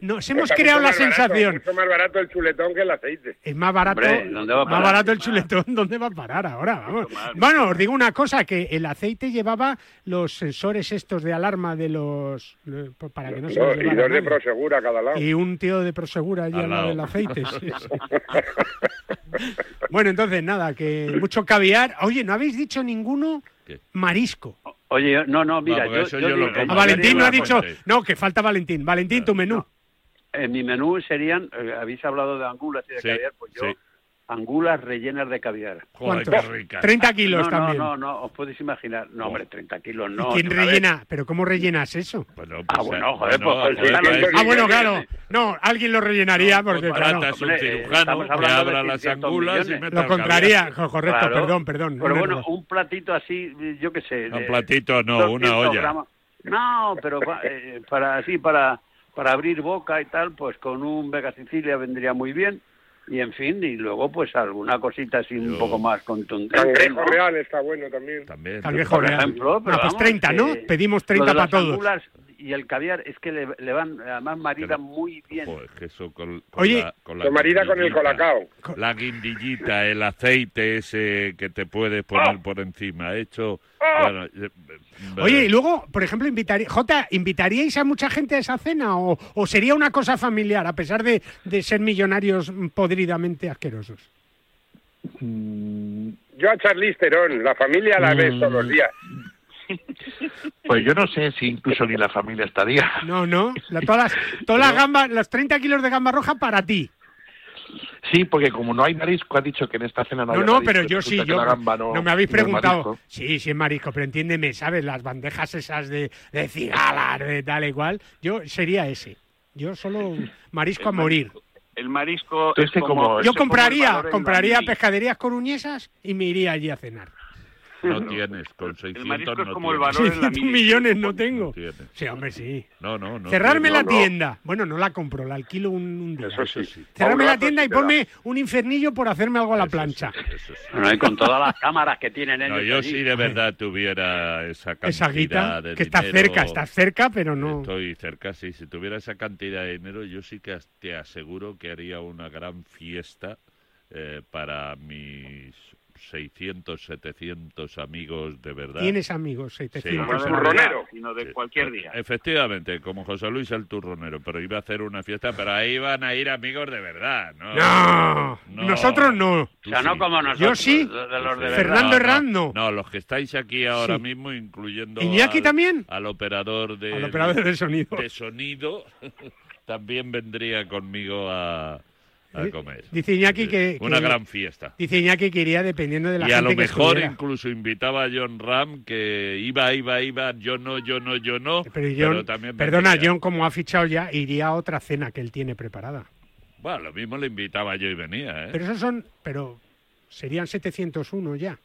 Speaker 3: nos hemos
Speaker 15: Está
Speaker 3: creado
Speaker 15: mucho
Speaker 3: la
Speaker 15: más barato,
Speaker 3: sensación.
Speaker 15: mucho más barato el chuletón que el aceite.
Speaker 3: Es más barato,
Speaker 15: Hombre, ¿dónde va a
Speaker 3: más
Speaker 15: parar?
Speaker 3: barato el chuletón, ¿dónde va a parar ahora? Vamos.
Speaker 15: mal.
Speaker 3: Bueno, os digo una cosa, que el aceite llevaba los sensores estos de alarma de los... lo- para que no se
Speaker 15: No,
Speaker 3: los
Speaker 15: y
Speaker 3: llevara
Speaker 15: dos de
Speaker 3: nadie.
Speaker 15: prosegura a cada lado.
Speaker 3: Y un tío de Prosegura allí
Speaker 15: Al
Speaker 3: al lado del
Speaker 15: lado.
Speaker 3: aceite. sí, sí. bueno, entonces nada, que mucho caviar. Oye, no habéis dicho ninguno marisco.
Speaker 5: Oye, no,
Speaker 4: pues
Speaker 5: no, mira,
Speaker 3: No,
Speaker 5: yo,
Speaker 3: eso
Speaker 5: yo
Speaker 3: yo
Speaker 5: digo-
Speaker 3: lo
Speaker 5: yo
Speaker 3: como.
Speaker 5: digo
Speaker 3: Ah, Valentín no
Speaker 5: una
Speaker 3: ha dicho-
Speaker 5: cosa.
Speaker 3: No, que falta Valentín. Valentín, tu menú.
Speaker 5: En mi menú serían, eh, habéis hablado de angulas y de
Speaker 3: Sí,
Speaker 5: caviar, pues yo,
Speaker 3: sí.
Speaker 5: angulas rellenas de caviar.
Speaker 3: Joder, ¿Cuántos? qué Oh. rica. 30 kilos
Speaker 5: no,
Speaker 3: también.
Speaker 5: No, no, no, os podéis imaginar. No, hombre, 30 kilos no.
Speaker 3: ¿Y quién
Speaker 5: de una
Speaker 3: rellena? ¿Pero cómo rellenas eso?
Speaker 5: Ah,
Speaker 3: eh,
Speaker 5: bueno, joder,
Speaker 4: bueno,
Speaker 5: pues,
Speaker 4: joder,
Speaker 5: rellenar los
Speaker 3: ah, bueno,
Speaker 5: millones.
Speaker 3: claro. No, alguien lo rellenaría porque, claro.
Speaker 4: contratas pues un cirujano
Speaker 5: estamos
Speaker 4: que
Speaker 5: hablando
Speaker 4: abra
Speaker 5: de
Speaker 4: las
Speaker 5: 600
Speaker 4: angulas y
Speaker 5: millones.
Speaker 4: meta
Speaker 3: Lo
Speaker 4: el
Speaker 3: contraría,
Speaker 4: caviar.
Speaker 3: jo- correcto,
Speaker 5: Claro.
Speaker 3: perdón, perdón. no
Speaker 5: Pero
Speaker 3: me
Speaker 5: bueno,
Speaker 3: jodas.
Speaker 5: un platito así, yo qué sé.
Speaker 4: Un
Speaker 5: de-
Speaker 4: platito no, una
Speaker 5: 200
Speaker 4: olla.
Speaker 5: gramos. No, pero pa- eh, para así, para, para abrir boca y tal, pues con un Vega Sicilia vendría muy bien. Y en fin, y luego pues alguna cosita así un poco más contundente.
Speaker 15: Cangrejo
Speaker 5: ¿no?
Speaker 15: real está bueno también.
Speaker 3: Cangrejo
Speaker 5: por
Speaker 3: real.
Speaker 5: ejemplo,
Speaker 3: Ah,
Speaker 5: pero
Speaker 3: pues
Speaker 5: vamos,
Speaker 3: 30, ¿no?
Speaker 5: que
Speaker 3: Pedimos
Speaker 5: Lo
Speaker 3: 30
Speaker 5: de
Speaker 3: para
Speaker 5: las
Speaker 3: todos.
Speaker 5: angulas Y el caviar es que le, le van, además marida pues, muy bien.
Speaker 4: Joder, que eso con, con
Speaker 5: Oye,
Speaker 4: la, con la
Speaker 5: lo marida con el
Speaker 4: guindillita,
Speaker 5: colacao.
Speaker 4: La guindillita, el aceite ese que te puedes poner
Speaker 8: Ah.
Speaker 4: por encima. Hecho. bueno, eh, eh,
Speaker 3: Oye, y luego, por ejemplo, invitaría, Jota, ¿invitaríais a mucha gente a esa cena o, o sería una cosa familiar, a pesar de, de ser millonarios podridamente asquerosos?
Speaker 5: Mm.
Speaker 15: Yo a Charlize Theron, la familia
Speaker 3: Mm.
Speaker 15: la ves todos los días.
Speaker 6: Pues yo no sé si incluso ni la familia estaría.
Speaker 3: No, no. La- todas las, todas las gambas, los 30 kilos de gamba roja para ti.
Speaker 6: Sí, porque como no hay marisco, ha dicho que en esta cena no
Speaker 3: No,
Speaker 6: había
Speaker 3: no,
Speaker 6: marisco,
Speaker 3: pero
Speaker 6: y
Speaker 3: yo
Speaker 6: resulta
Speaker 3: sí,
Speaker 6: que
Speaker 3: yo.
Speaker 6: la gamba no,
Speaker 3: no me habéis
Speaker 6: no es
Speaker 3: preguntado.
Speaker 6: marisco.
Speaker 3: Sí, sí es marisco, pero entiéndeme, ¿sabes? Las bandejas esas de, de cigalas, de tal y cual. Yo sería ese. Yo solo marisco a
Speaker 8: El
Speaker 3: morir.
Speaker 8: El marisco
Speaker 6: Tú
Speaker 8: es
Speaker 6: este
Speaker 8: como...
Speaker 6: como-
Speaker 8: es
Speaker 3: Yo
Speaker 8: como el
Speaker 3: compraría,
Speaker 8: valor en
Speaker 3: compraría
Speaker 8: Lambi.
Speaker 3: pescaderías coruñesas y me iría allí a cenar.
Speaker 4: No tienes, con 600
Speaker 8: marisco es
Speaker 4: no
Speaker 8: como el
Speaker 4: tienes.
Speaker 8: valor en la
Speaker 3: 600 millones no tengo. Sí, hombre, sí.
Speaker 4: No, no, no.
Speaker 3: Cerrarme
Speaker 4: no,
Speaker 3: la
Speaker 4: no.
Speaker 3: tienda. Bueno, no la compro, la alquilo un, un día.
Speaker 5: sí. A un
Speaker 3: Cerrarme la
Speaker 5: rato
Speaker 3: tienda
Speaker 5: sí
Speaker 3: y
Speaker 5: te da.
Speaker 3: ponme un infernillo por hacerme algo a la plancha.
Speaker 5: Bueno, y con todas las cámaras que tienen ellos.
Speaker 4: No, yo
Speaker 5: allí.
Speaker 4: si de verdad tuviera esa cantidad
Speaker 3: Esa guita,
Speaker 4: de
Speaker 3: que está
Speaker 4: dinero,
Speaker 3: cerca, está cerca, pero no.
Speaker 4: Estoy cerca, sí. Si tuviera esa cantidad de dinero, yo sí que as- te aseguro que haría una gran fiesta eh, para mis 600, 700 amigos de verdad.
Speaker 3: Tienes amigos,
Speaker 4: Sí,
Speaker 3: 700
Speaker 4: como
Speaker 3: euros.
Speaker 4: turronero.
Speaker 8: Sino de cualquier día.
Speaker 4: Efectivamente, como José Luis el turronero, pero iba a hacer una fiesta, pero ahí van a ir amigos de verdad, ¿no?
Speaker 3: No, nosotros no.
Speaker 4: Tú O sea, no sí.
Speaker 5: como
Speaker 4: nosotros,
Speaker 3: Yo sí.
Speaker 5: de-
Speaker 3: Fernando Herrán
Speaker 4: Herrán
Speaker 3: no.
Speaker 4: No, los que estáis aquí ahora
Speaker 3: Sí.
Speaker 4: mismo, incluyendo.
Speaker 3: ¿Iñaki
Speaker 4: al-
Speaker 3: también?
Speaker 4: Al operador de.
Speaker 3: Al operador de sonido.
Speaker 4: de sonido, también vendría conmigo a. a comer.
Speaker 3: Dice Iñaki que...
Speaker 4: Una
Speaker 3: que-
Speaker 4: gran fiesta.
Speaker 3: Dice Iñaki que iría dependiendo de la
Speaker 4: Y
Speaker 3: gente
Speaker 4: a lo
Speaker 3: que
Speaker 4: mejor
Speaker 3: estuviera.
Speaker 4: incluso invitaba a John Ram que iba, iba, iba, yo no, yo no, yo no.
Speaker 3: Pero John-
Speaker 4: también
Speaker 3: perdona,
Speaker 4: vendría.
Speaker 3: John, como ha fichado ya, iría a otra cena que él tiene preparada.
Speaker 4: Bueno, lo mismo le invitaba yo y venía, ¿eh?
Speaker 3: Pero esos son... Pero serían 701 ya.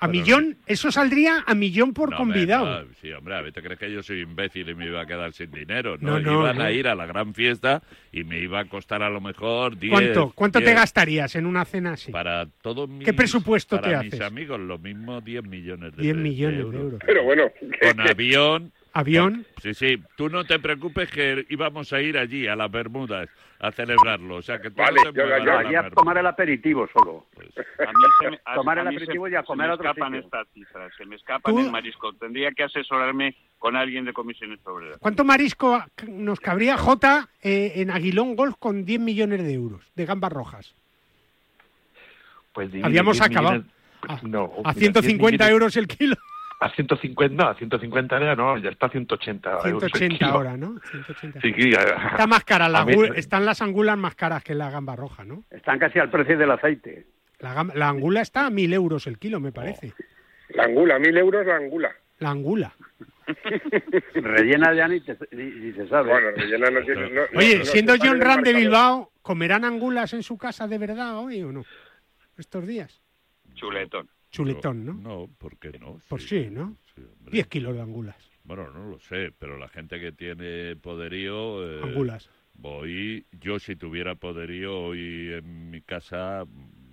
Speaker 3: A
Speaker 4: Pero
Speaker 3: millón, eso saldría a millón por
Speaker 4: No,
Speaker 3: convidado.
Speaker 4: hombre, no, sí, hombre, a ver, ¿te crees que yo soy imbécil y me iba a quedar sin dinero? No,
Speaker 3: No, no, eh.
Speaker 4: iban
Speaker 3: no.
Speaker 4: a ir a la gran fiesta y me iba a costar a lo mejor 10.
Speaker 3: ¿Cuánto, cuánto te
Speaker 4: 10.
Speaker 3: gastarías en una cena así?
Speaker 4: Para todos mis,
Speaker 3: ¿Qué presupuesto
Speaker 4: para
Speaker 3: te
Speaker 4: mis
Speaker 3: haces?
Speaker 4: amigos, lo mismo 10 millones de
Speaker 3: 10
Speaker 4: de
Speaker 3: millones de euros.
Speaker 15: Pero bueno,
Speaker 4: Con avión.
Speaker 3: Avión.
Speaker 4: Sí, sí. Tú no te preocupes que íbamos a ir allí, a las Bermudas, a celebrarlo. O sea, que tú
Speaker 5: Vale,
Speaker 4: no te
Speaker 5: yo-
Speaker 4: muevas
Speaker 5: yo-
Speaker 4: a las
Speaker 5: allí a
Speaker 4: Bermudas.
Speaker 5: tomar el aperitivo solo.
Speaker 8: A mí se me, a-
Speaker 5: Tomar el
Speaker 8: a mí se-
Speaker 5: aperitivo y a
Speaker 8: se
Speaker 5: comer
Speaker 8: me
Speaker 5: a otro
Speaker 8: escapan
Speaker 5: sitio.
Speaker 8: estas cifras, se me escapan
Speaker 3: ¿Tú?
Speaker 8: el marisco. Tendría que asesorarme con alguien de comisiones obreras.
Speaker 3: ¿Cuánto marisco nos cabría J eh, en Aguilón Golf con 10 millones de euros de gambas rojas?
Speaker 6: Pues divide
Speaker 3: Habíamos
Speaker 6: 10
Speaker 3: acabado.
Speaker 6: millones- no,
Speaker 3: A
Speaker 6: mira,
Speaker 3: 150
Speaker 6: 10 millones-
Speaker 3: euros el kilo.
Speaker 6: A 150, no, a 150 ya no, ya está a 180 euros el
Speaker 3: 180
Speaker 6: kilo.
Speaker 3: ahora, ¿no? 180.
Speaker 6: Ah, Sí, sí, a-
Speaker 3: Está más cara, la
Speaker 6: a mí- eh.
Speaker 3: gu- están las angulas más caras que la gamba roja, ¿no?
Speaker 5: Están casi al precio del aceite.
Speaker 3: La, gam- la angula está a 1000 euros el kilo, me parece.
Speaker 15: La angula, mil euros la angula.
Speaker 3: La angula.
Speaker 5: Rellena ya ni, te, ni, ni se sabe.
Speaker 15: Bueno, rellena no tiene... no- no-
Speaker 3: Oye,
Speaker 15: no-
Speaker 3: siendo
Speaker 15: no
Speaker 3: John
Speaker 15: sale
Speaker 3: Ram de
Speaker 15: marcador.
Speaker 3: Bilbao, ¿comerán angulas en su casa de verdad hoy o no? Estos días.
Speaker 8: Chuletón.
Speaker 3: Chuletón, ¿no?
Speaker 4: No, ¿por qué no?
Speaker 3: Por Pues sí, ¿no? 10 kilos de angulas.
Speaker 4: Bueno, no lo sé, pero la gente que tiene poderío... eh,
Speaker 3: Angulas.
Speaker 4: Voy, yo si tuviera poderío hoy en mi casa... mm,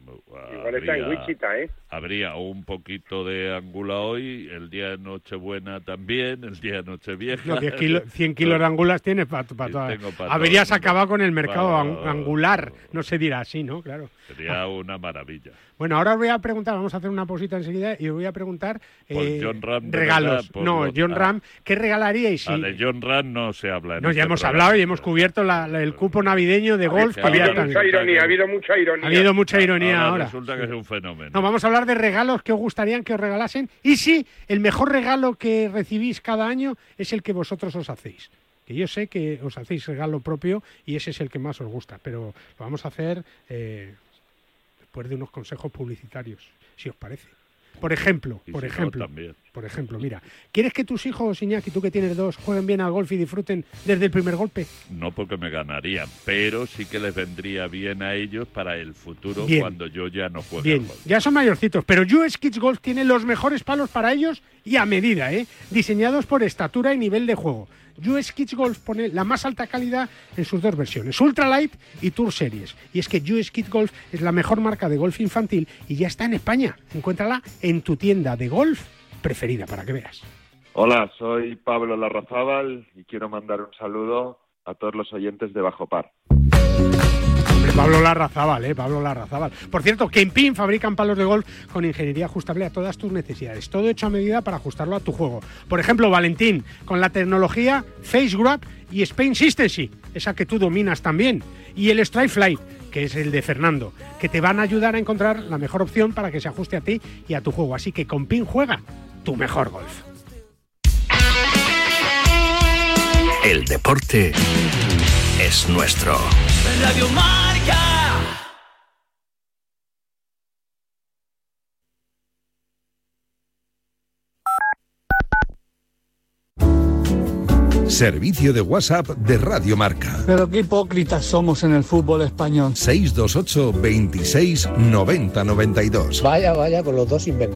Speaker 15: Igual está en
Speaker 4: habría-
Speaker 15: Wichita, ¿eh?
Speaker 4: Habría un poquito de angula hoy, el día de Nochebuena también, el día de Nochevieja.
Speaker 3: No, 10 kilo- 100 kilos de angulas tienes para todas.
Speaker 4: Tengo pa'
Speaker 3: Habrías
Speaker 4: todo el mundo.
Speaker 3: acabado con el mercado
Speaker 4: Pa-
Speaker 3: ang- angular. No se dirá así, ¿no? Claro.
Speaker 4: Sería una maravilla.
Speaker 3: Bueno, ahora os voy a preguntar, vamos a hacer una pausita enseguida y os voy a preguntar
Speaker 4: Por
Speaker 3: eh,
Speaker 4: John Ram, de
Speaker 3: regalos.
Speaker 4: verdad, por
Speaker 3: no,
Speaker 4: lo-
Speaker 3: John
Speaker 4: ah.
Speaker 3: Ram, ¿qué regalaríais? si-
Speaker 4: A de John Rand no se habla. en
Speaker 3: No,
Speaker 4: este
Speaker 3: ya hemos
Speaker 4: programa.
Speaker 3: hablado y hemos cubierto la- la- el cupo navideño de golf. que
Speaker 15: Ha habido
Speaker 3: había tan-
Speaker 15: mucha ironía, ha habido mucha ironía.
Speaker 3: Ha habido mucha ironía ahora.
Speaker 4: Resulta que es un fenómeno.
Speaker 3: No, vamos a hablar de regalos que os gustarían que os regalasen y si el mejor regalo que recibís cada año es el que vosotros os hacéis. Que yo sé que os hacéis regalo propio y ese es el que más os gusta, pero lo vamos a hacer eh, después de unos consejos publicitarios, si os parece. Por ejemplo,
Speaker 4: Y
Speaker 3: por
Speaker 4: si no,
Speaker 3: ejemplo,
Speaker 4: también.
Speaker 3: por ejemplo, mira, ¿quieres que tus hijos, Iñaki, tú que tienes dos, jueguen bien al golf y disfruten desde el primer golpe?
Speaker 4: No porque me ganarían, pero sí que les vendría bien a ellos para el futuro
Speaker 3: Bien.
Speaker 4: cuando yo ya no juegue. al
Speaker 3: Bien,
Speaker 4: golf.
Speaker 3: ya son mayorcitos, pero US Kids Golf tiene los mejores palos para ellos y a medida, ¿eh? Diseñados por estatura y nivel de juego. US Kids Golf pone la más alta calidad en sus dos versiones, Ultralight y Tour Series. Y es que US Kids Golf es la mejor marca de golf infantil y ya está en España. Encuéntrala en tu tienda de golf preferida, para que veas.
Speaker 16: Hola, soy Pablo Larrazábal y quiero mandar un saludo a todos los oyentes de Bajo Par.
Speaker 3: Hombre, Pablo Larrazábal, eh, Pablo Larrazábal. Por cierto, que en PIN fabrican palos de golf con ingeniería ajustable a todas tus necesidades. Todo hecho a medida para ajustarlo a tu juego. Por ejemplo, Valentín, con la tecnología Face Grab y Spain Sistency, esa que tú dominas también. Y el Strike Flight, que es el de Fernando, que te van a ayudar a encontrar la mejor opción para que se ajuste a ti y a tu juego. Así que con PIN juega tu mejor golf.
Speaker 17: El deporte es nuestro.
Speaker 18: Radio Marca.
Speaker 2: Servicio de WhatsApp de Radio Marca. Pero qué hipócritas somos en el fútbol español. 628 26 90 92. Vaya, vaya, con los dos inventados.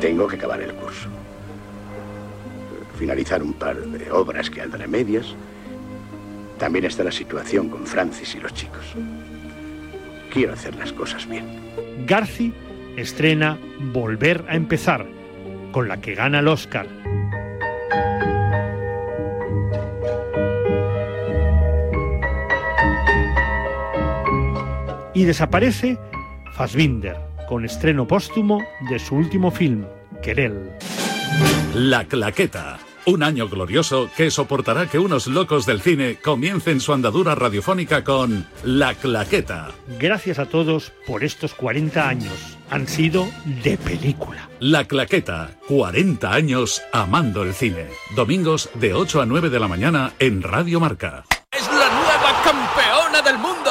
Speaker 1: Tengo que acabar el curso. Finalizar un par de obras que andan a medias. También está la situación con Francis y los chicos. Quiero hacer las cosas bien.
Speaker 7: Garci estrena Volver a empezar, con la que gana el Oscar. Y desaparece Fassbinder, con estreno póstumo de su último film, Querel.
Speaker 9: La Claqueta. Un año glorioso que soportará que unos locos del cine comiencen su andadura radiofónica con La Claqueta.
Speaker 7: Gracias a todos por estos 40 años. Han sido de película.
Speaker 9: La Claqueta. 40 años amando el cine. Domingos de 8 a 9 de la mañana en Radio Marca.
Speaker 19: ¡Es la nueva campeona del mundo!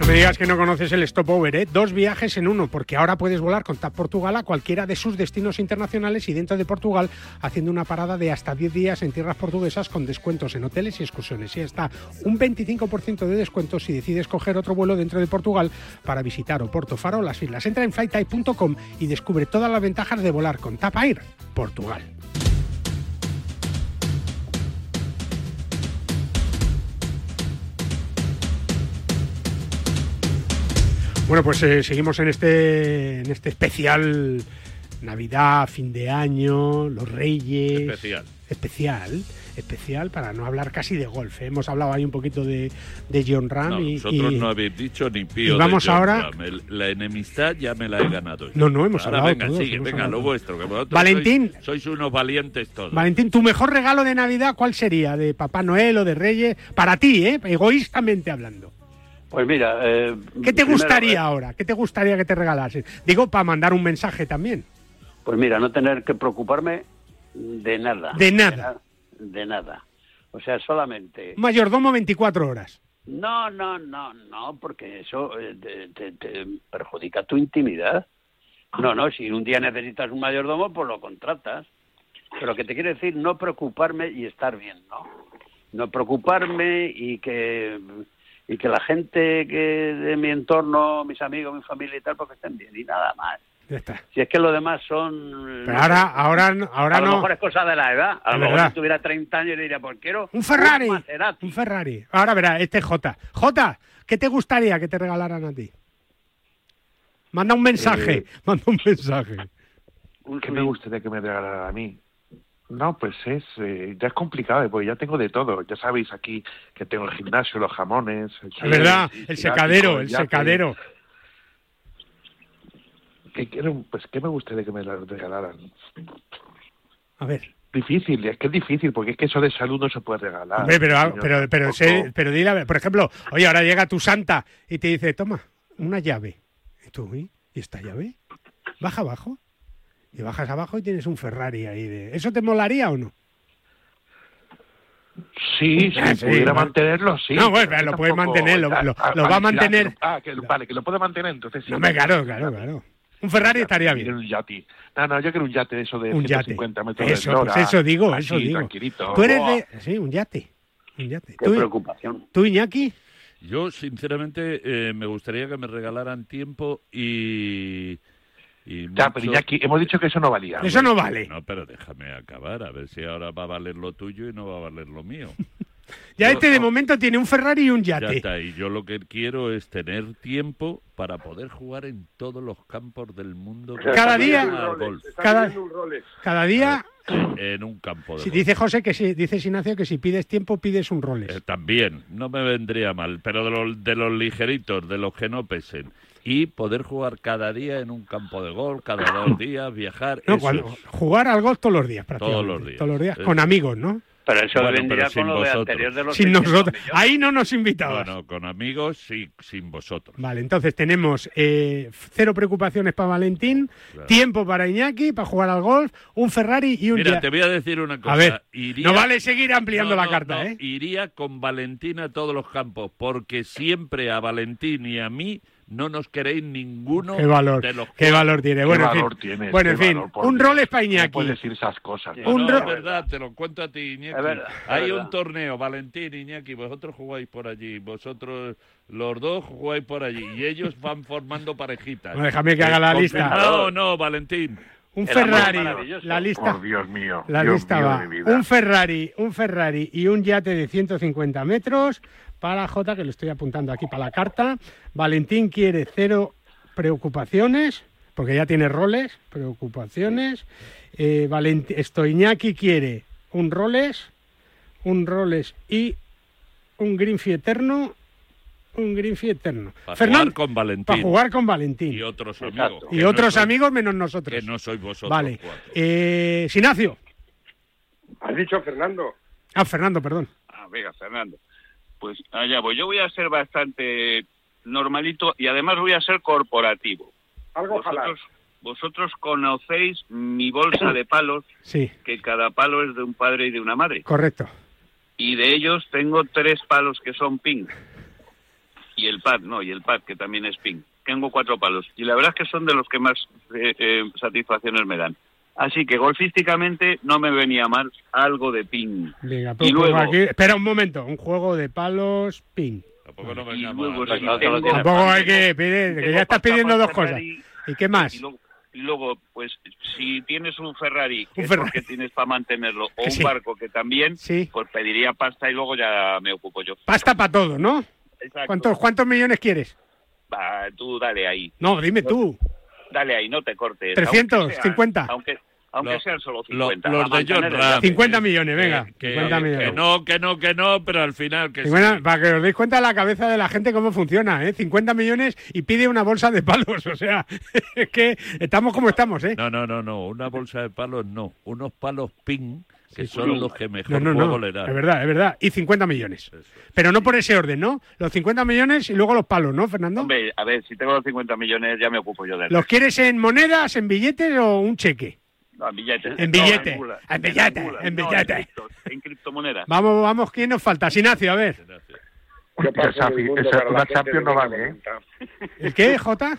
Speaker 3: No me digas que no conoces el stopover, ¿eh? Dos viajes en uno, porque ahora puedes volar con TAP Portugal a cualquiera de sus destinos internacionales y dentro de Portugal haciendo una parada de hasta 10 días en tierras portuguesas con descuentos en hoteles y excursiones. Y hasta un 25% de descuento si decides coger otro vuelo dentro de Portugal para visitar Oporto Faro o las islas. Entra en flytype.com y descubre todas las ventajas de volar con TAP Air Portugal. Bueno, pues eh, seguimos en este, en este especial Navidad, fin de año, los Reyes.
Speaker 4: Especial.
Speaker 3: Especial, especial, para no hablar casi de golf. ¿eh? Hemos hablado ahí un poquito de, de John Ram
Speaker 4: No,
Speaker 3: y,
Speaker 4: vosotros
Speaker 3: y-
Speaker 4: no habéis dicho ni pío.
Speaker 3: y vamos
Speaker 4: de John
Speaker 3: ahora-
Speaker 4: Ram. El- la enemistad ya me la he ganado. yo.
Speaker 3: No, no, hemos
Speaker 4: Ahora
Speaker 3: hablado
Speaker 4: Venga,
Speaker 3: todos,
Speaker 4: sigue,
Speaker 3: hemos
Speaker 4: venga,
Speaker 3: hablado.
Speaker 4: lo vuestro. que vosotros
Speaker 3: Valentín.
Speaker 4: Sois, sois unos valientes todos.
Speaker 3: Valentín, ¿tu mejor regalo de Navidad cuál sería? ¿De Papá Noel o de Reyes? Para ti, ¿eh? egoístamente hablando.
Speaker 5: Pues mira, eh,
Speaker 3: ¿Qué te
Speaker 5: primero,
Speaker 3: gustaría
Speaker 5: eh,
Speaker 3: ahora? ¿Qué te gustaría que te regalasen? Digo, para mandar un mensaje también.
Speaker 5: Pues mira, no tener que preocuparme de nada.
Speaker 3: De nada.
Speaker 5: De nada. O sea, solamente.
Speaker 3: Mayordomo 24 horas.
Speaker 5: No, no, no, no, porque eso eh, te, te- te perjudica tu intimidad.
Speaker 3: Ah.
Speaker 5: No, no, si un día necesitas un mayordomo, pues lo contratas. Pero que te quiere decir no preocuparme y estar bien, ¿no? No preocuparme y que y que la gente que de mi entorno, mis amigos, mi familia y tal, porque estén bien y nada más.
Speaker 3: Ya está.
Speaker 5: Si es que lo demás son...
Speaker 3: Pero ahora, ahora, no- ahora
Speaker 5: a lo
Speaker 3: no.
Speaker 5: mejor es cosa de la edad. A
Speaker 3: Es
Speaker 5: lo mejor
Speaker 3: verdad.
Speaker 5: si tuviera 30 años le diría, pues quiero...
Speaker 3: Un Ferrari.
Speaker 5: un Maserati.
Speaker 3: Un Ferrari. Ahora verá, este es J. J, ¿qué te gustaría que te regalaran a ti? Manda un mensaje,
Speaker 6: Eh,
Speaker 3: manda un mensaje.
Speaker 6: ¿Qué me gustaría que me regalaran a mí? No, pues es, eh, ya es complicado, porque ya tengo de todo. Ya sabéis aquí que tengo el gimnasio, los jamones. El
Speaker 3: Es verdad,
Speaker 6: chile,
Speaker 3: el
Speaker 6: gráfico,
Speaker 3: secadero, el
Speaker 6: yate.
Speaker 3: secadero.
Speaker 6: ¿Qué quiero? Pues, ¿qué me gustaría que me la regalaran?
Speaker 3: A ver.
Speaker 6: Difícil, es que es difícil, porque es que eso de salud no se puede regalar.
Speaker 3: Hombre, pero,
Speaker 6: señor.
Speaker 3: pero, pero, sé- pero di la ver- por ejemplo, oye, ahora llega tu santa y te dice, toma, una llave. Y tú, "Uy, ¿y esta llave? Baja abajo. Y bajas abajo y tienes un Ferrari ahí. De... ¿Eso te molaría o no?
Speaker 6: Sí, si
Speaker 3: Ah, sí,
Speaker 6: pudiera
Speaker 3: ¿no?
Speaker 6: mantenerlo, sí.
Speaker 3: No, bueno,
Speaker 6: pero es que
Speaker 3: lo puedes
Speaker 6: tampoco-
Speaker 3: mantener, lo-
Speaker 6: Ah,
Speaker 3: lo-
Speaker 6: ah,
Speaker 3: lo va a
Speaker 6: vale,
Speaker 3: mantener.
Speaker 6: que- ah, que- vale, que lo puede mantener, entonces sí.
Speaker 3: No, hombre, claro, claro, claro. Un Ferrari estaría bien.
Speaker 6: Un yate. No, no, yo quiero un yate de eso de
Speaker 3: Un yate.
Speaker 6: 150 metros de
Speaker 3: Eso, pues
Speaker 6: eslora,
Speaker 3: eso digo,
Speaker 6: así,
Speaker 3: eso digo.
Speaker 6: tranquilito.
Speaker 3: Tú eres
Speaker 6: Buah.
Speaker 3: de... Sí, un yate. Un yate.
Speaker 4: Qué
Speaker 3: Tú-
Speaker 4: preocupación.
Speaker 3: ¿Tú, Iñaki?
Speaker 4: Yo, sinceramente, eh, me gustaría que me regalaran tiempo y. y
Speaker 6: Ya,
Speaker 4: mucho-
Speaker 6: pero Iñaki, hemos dicho que eso no valía.
Speaker 4: No, pero déjame acabar, a ver si ahora va a valer lo tuyo y no va a valer lo mío.
Speaker 3: Ya
Speaker 4: Yo-
Speaker 3: este de momento tiene un Ferrari y un
Speaker 4: Ya
Speaker 3: yate.
Speaker 4: está, y yo lo que quiero es tener tiempo para poder jugar en todos los campos del mundo. que
Speaker 3: Cada
Speaker 4: se
Speaker 3: día-
Speaker 4: juega al golf.
Speaker 3: cada, cada día,
Speaker 4: En un campo de
Speaker 3: si
Speaker 4: golf.
Speaker 3: dice José que si, dice Ignacio que si pides tiempo pides un Rolex.
Speaker 4: Eh, también, no me vendría mal, pero de los, de los ligeritos, de los que no pesen. Y poder jugar cada día en un campo de golf, cada dos días, viajar.
Speaker 3: No,
Speaker 4: eso
Speaker 3: cuando-
Speaker 4: es.
Speaker 3: jugar al golf todos los días, prácticamente.
Speaker 4: Todos los días.
Speaker 3: Todos los días,
Speaker 4: Eso
Speaker 3: con
Speaker 4: es.
Speaker 3: amigos, ¿no?
Speaker 5: Pero eso
Speaker 4: Bueno,
Speaker 5: vendría
Speaker 4: pero sin
Speaker 5: con lo de
Speaker 4: vosotros.
Speaker 5: anterior de los
Speaker 3: Sin
Speaker 5: 600
Speaker 3: nosotros.
Speaker 5: millones.
Speaker 3: Ahí no nos invitabas.
Speaker 4: Bueno, con amigos, sí, sin vosotros.
Speaker 3: Vale, entonces tenemos eh, cero preocupaciones para Valentín,
Speaker 4: Claro.
Speaker 3: tiempo para Iñaki, para jugar al golf, un Ferrari y un
Speaker 4: Mira,
Speaker 3: ya-
Speaker 4: te voy a decir una cosa.
Speaker 3: A ver,
Speaker 4: Iría-
Speaker 3: no vale seguir ampliando
Speaker 4: No,
Speaker 3: la
Speaker 4: no,
Speaker 3: carta,
Speaker 4: no,
Speaker 3: ¿eh?
Speaker 4: Iría con Valentín a todos los campos, porque siempre a Valentín y a mí no nos queréis ninguno
Speaker 3: Qué valor,
Speaker 4: de los
Speaker 3: qué valor tiene.
Speaker 4: Qué
Speaker 3: Bueno, en
Speaker 4: valor
Speaker 3: fin,
Speaker 4: tienes,
Speaker 3: bueno, en
Speaker 4: qué
Speaker 3: fin,
Speaker 4: valor, por
Speaker 3: un
Speaker 4: Dios.
Speaker 3: rol es para Iñaki.
Speaker 6: decir esas cosas.
Speaker 4: No,
Speaker 3: Un
Speaker 4: no, es
Speaker 3: ro-
Speaker 4: verdad, te lo cuento a ti, Iñaki.
Speaker 6: Es verdad, es
Speaker 4: Hay
Speaker 6: verdad.
Speaker 4: un torneo, Valentín, Iñaki, vosotros jugáis por allí, vosotros los dos jugáis por allí y ellos van formando parejitas.
Speaker 3: Bueno, déjame que haga la
Speaker 4: Confirma-
Speaker 3: lista.
Speaker 4: No, no, Valentín.
Speaker 3: Un Ferrari, la lista.
Speaker 6: Dios mío.
Speaker 3: La
Speaker 6: Dios
Speaker 3: lista
Speaker 6: mío
Speaker 3: va.
Speaker 6: de mi vida.
Speaker 3: Un Ferrari, un Ferrari y un yate de 150 metros para J, que lo estoy apuntando aquí para la carta. Valentín quiere cero preocupaciones, porque ya tiene roles, preocupaciones. Eh, Valent- esto, Iñaki quiere un roles, un roles y un Greenfie eterno, un Greenfie eterno.
Speaker 4: Para
Speaker 3: Fernando,
Speaker 4: jugar con Valentín.
Speaker 3: para jugar con Valentín.
Speaker 4: Y otros amigos.
Speaker 3: Y
Speaker 4: que no
Speaker 3: otros
Speaker 4: sois-
Speaker 3: amigos menos nosotros.
Speaker 4: Que no sois vosotros.
Speaker 3: Vale.
Speaker 4: cuatro.
Speaker 3: Eh, Sinacio.
Speaker 15: Has dicho Fernando.
Speaker 3: Ah, Fernando, perdón.
Speaker 8: Ah, venga, Fernando. Pues allá voy. Yo voy a ser bastante normalito y además voy a ser corporativo.
Speaker 15: Algo
Speaker 8: Vosotros, vosotros conocéis mi bolsa de palos,
Speaker 3: Sí,
Speaker 8: que cada palo es de un padre y de una madre.
Speaker 3: correcto.
Speaker 8: Y de ellos tengo tres palos que son ping. Y el pad, no, y el pad que también es ping. Tengo cuatro palos. Y la verdad es que son de los que más eh, eh, satisfacciones me dan. Así que golfísticamente no me venía mal algo de ping.
Speaker 3: Venga, pues
Speaker 8: Y luego-
Speaker 3: aquí- Espera un momento, un juego de palos, ping.
Speaker 4: Tampoco nos
Speaker 8: Y
Speaker 4: vengamos
Speaker 8: luego
Speaker 4: arriba.
Speaker 8: si tengo-
Speaker 3: Tampoco hay que pedir, que
Speaker 8: tengo
Speaker 3: ya estás
Speaker 8: pasamos
Speaker 3: pidiendo dos cosas.
Speaker 8: Ferrari,
Speaker 3: ¿Y qué más?
Speaker 8: Y luego, y luego, pues, si tienes un Ferrari, que
Speaker 3: Un
Speaker 8: es
Speaker 3: Ferrari.
Speaker 8: porque tienes para mantenerlo, o
Speaker 3: Que
Speaker 8: un
Speaker 3: sí.
Speaker 8: barco que también,
Speaker 3: Sí.
Speaker 8: pues pediría pasta y luego ya me ocupo yo.
Speaker 3: Pasta para todo, ¿no?
Speaker 8: Exacto.
Speaker 3: ¿Cuántos, ¿Cuántos millones quieres?
Speaker 8: Va, tú dale ahí,
Speaker 3: No, dime tú.
Speaker 8: dale ahí, no te cortes.
Speaker 3: 300,
Speaker 8: aunque sean-
Speaker 3: 50.
Speaker 8: Aunque, aunque
Speaker 4: Lo-
Speaker 8: sean solo
Speaker 4: lo-
Speaker 8: 50.
Speaker 4: los
Speaker 8: a
Speaker 4: de John
Speaker 8: mantener-
Speaker 4: Ram.
Speaker 3: 50 millones, venga.
Speaker 4: eh, Que,
Speaker 3: 50
Speaker 4: que
Speaker 3: millones.
Speaker 4: no, que no, que no, pero al final que sí.
Speaker 3: 50, para que os deis cuenta la cabeza de la gente cómo funciona, ¿eh? 50 millones y pide una bolsa de palos, o sea, es que estamos como estamos, ¿eh?
Speaker 4: No, no, no, no, una bolsa de palos no, unos palos ping que
Speaker 3: Sí,
Speaker 4: son
Speaker 3: sí.
Speaker 4: los que mejor
Speaker 3: No, no,
Speaker 4: juego
Speaker 3: no,
Speaker 4: le dan.
Speaker 3: es verdad, es verdad. Y 50 millones. Pero no por ese orden, ¿no? Los 50 millones y luego los palos, ¿no, Fernando?
Speaker 8: Hombre, a ver, si tengo los 50 millones ya me ocupo yo de
Speaker 3: ¿Los quieres en monedas, en billetes o un cheque?
Speaker 8: No, en billetes.
Speaker 3: En
Speaker 8: No,
Speaker 3: billete,
Speaker 8: gulas.
Speaker 3: en billete,
Speaker 8: gulas.
Speaker 3: en
Speaker 8: No,
Speaker 3: billete.
Speaker 8: cripto- en criptomonedas.
Speaker 3: Vamos, vamos, ¿quién nos falta? Sinacio, a ver.
Speaker 6: Que esa- esa- una Champions no vale, ¿eh?
Speaker 3: ¿El qué, Jota?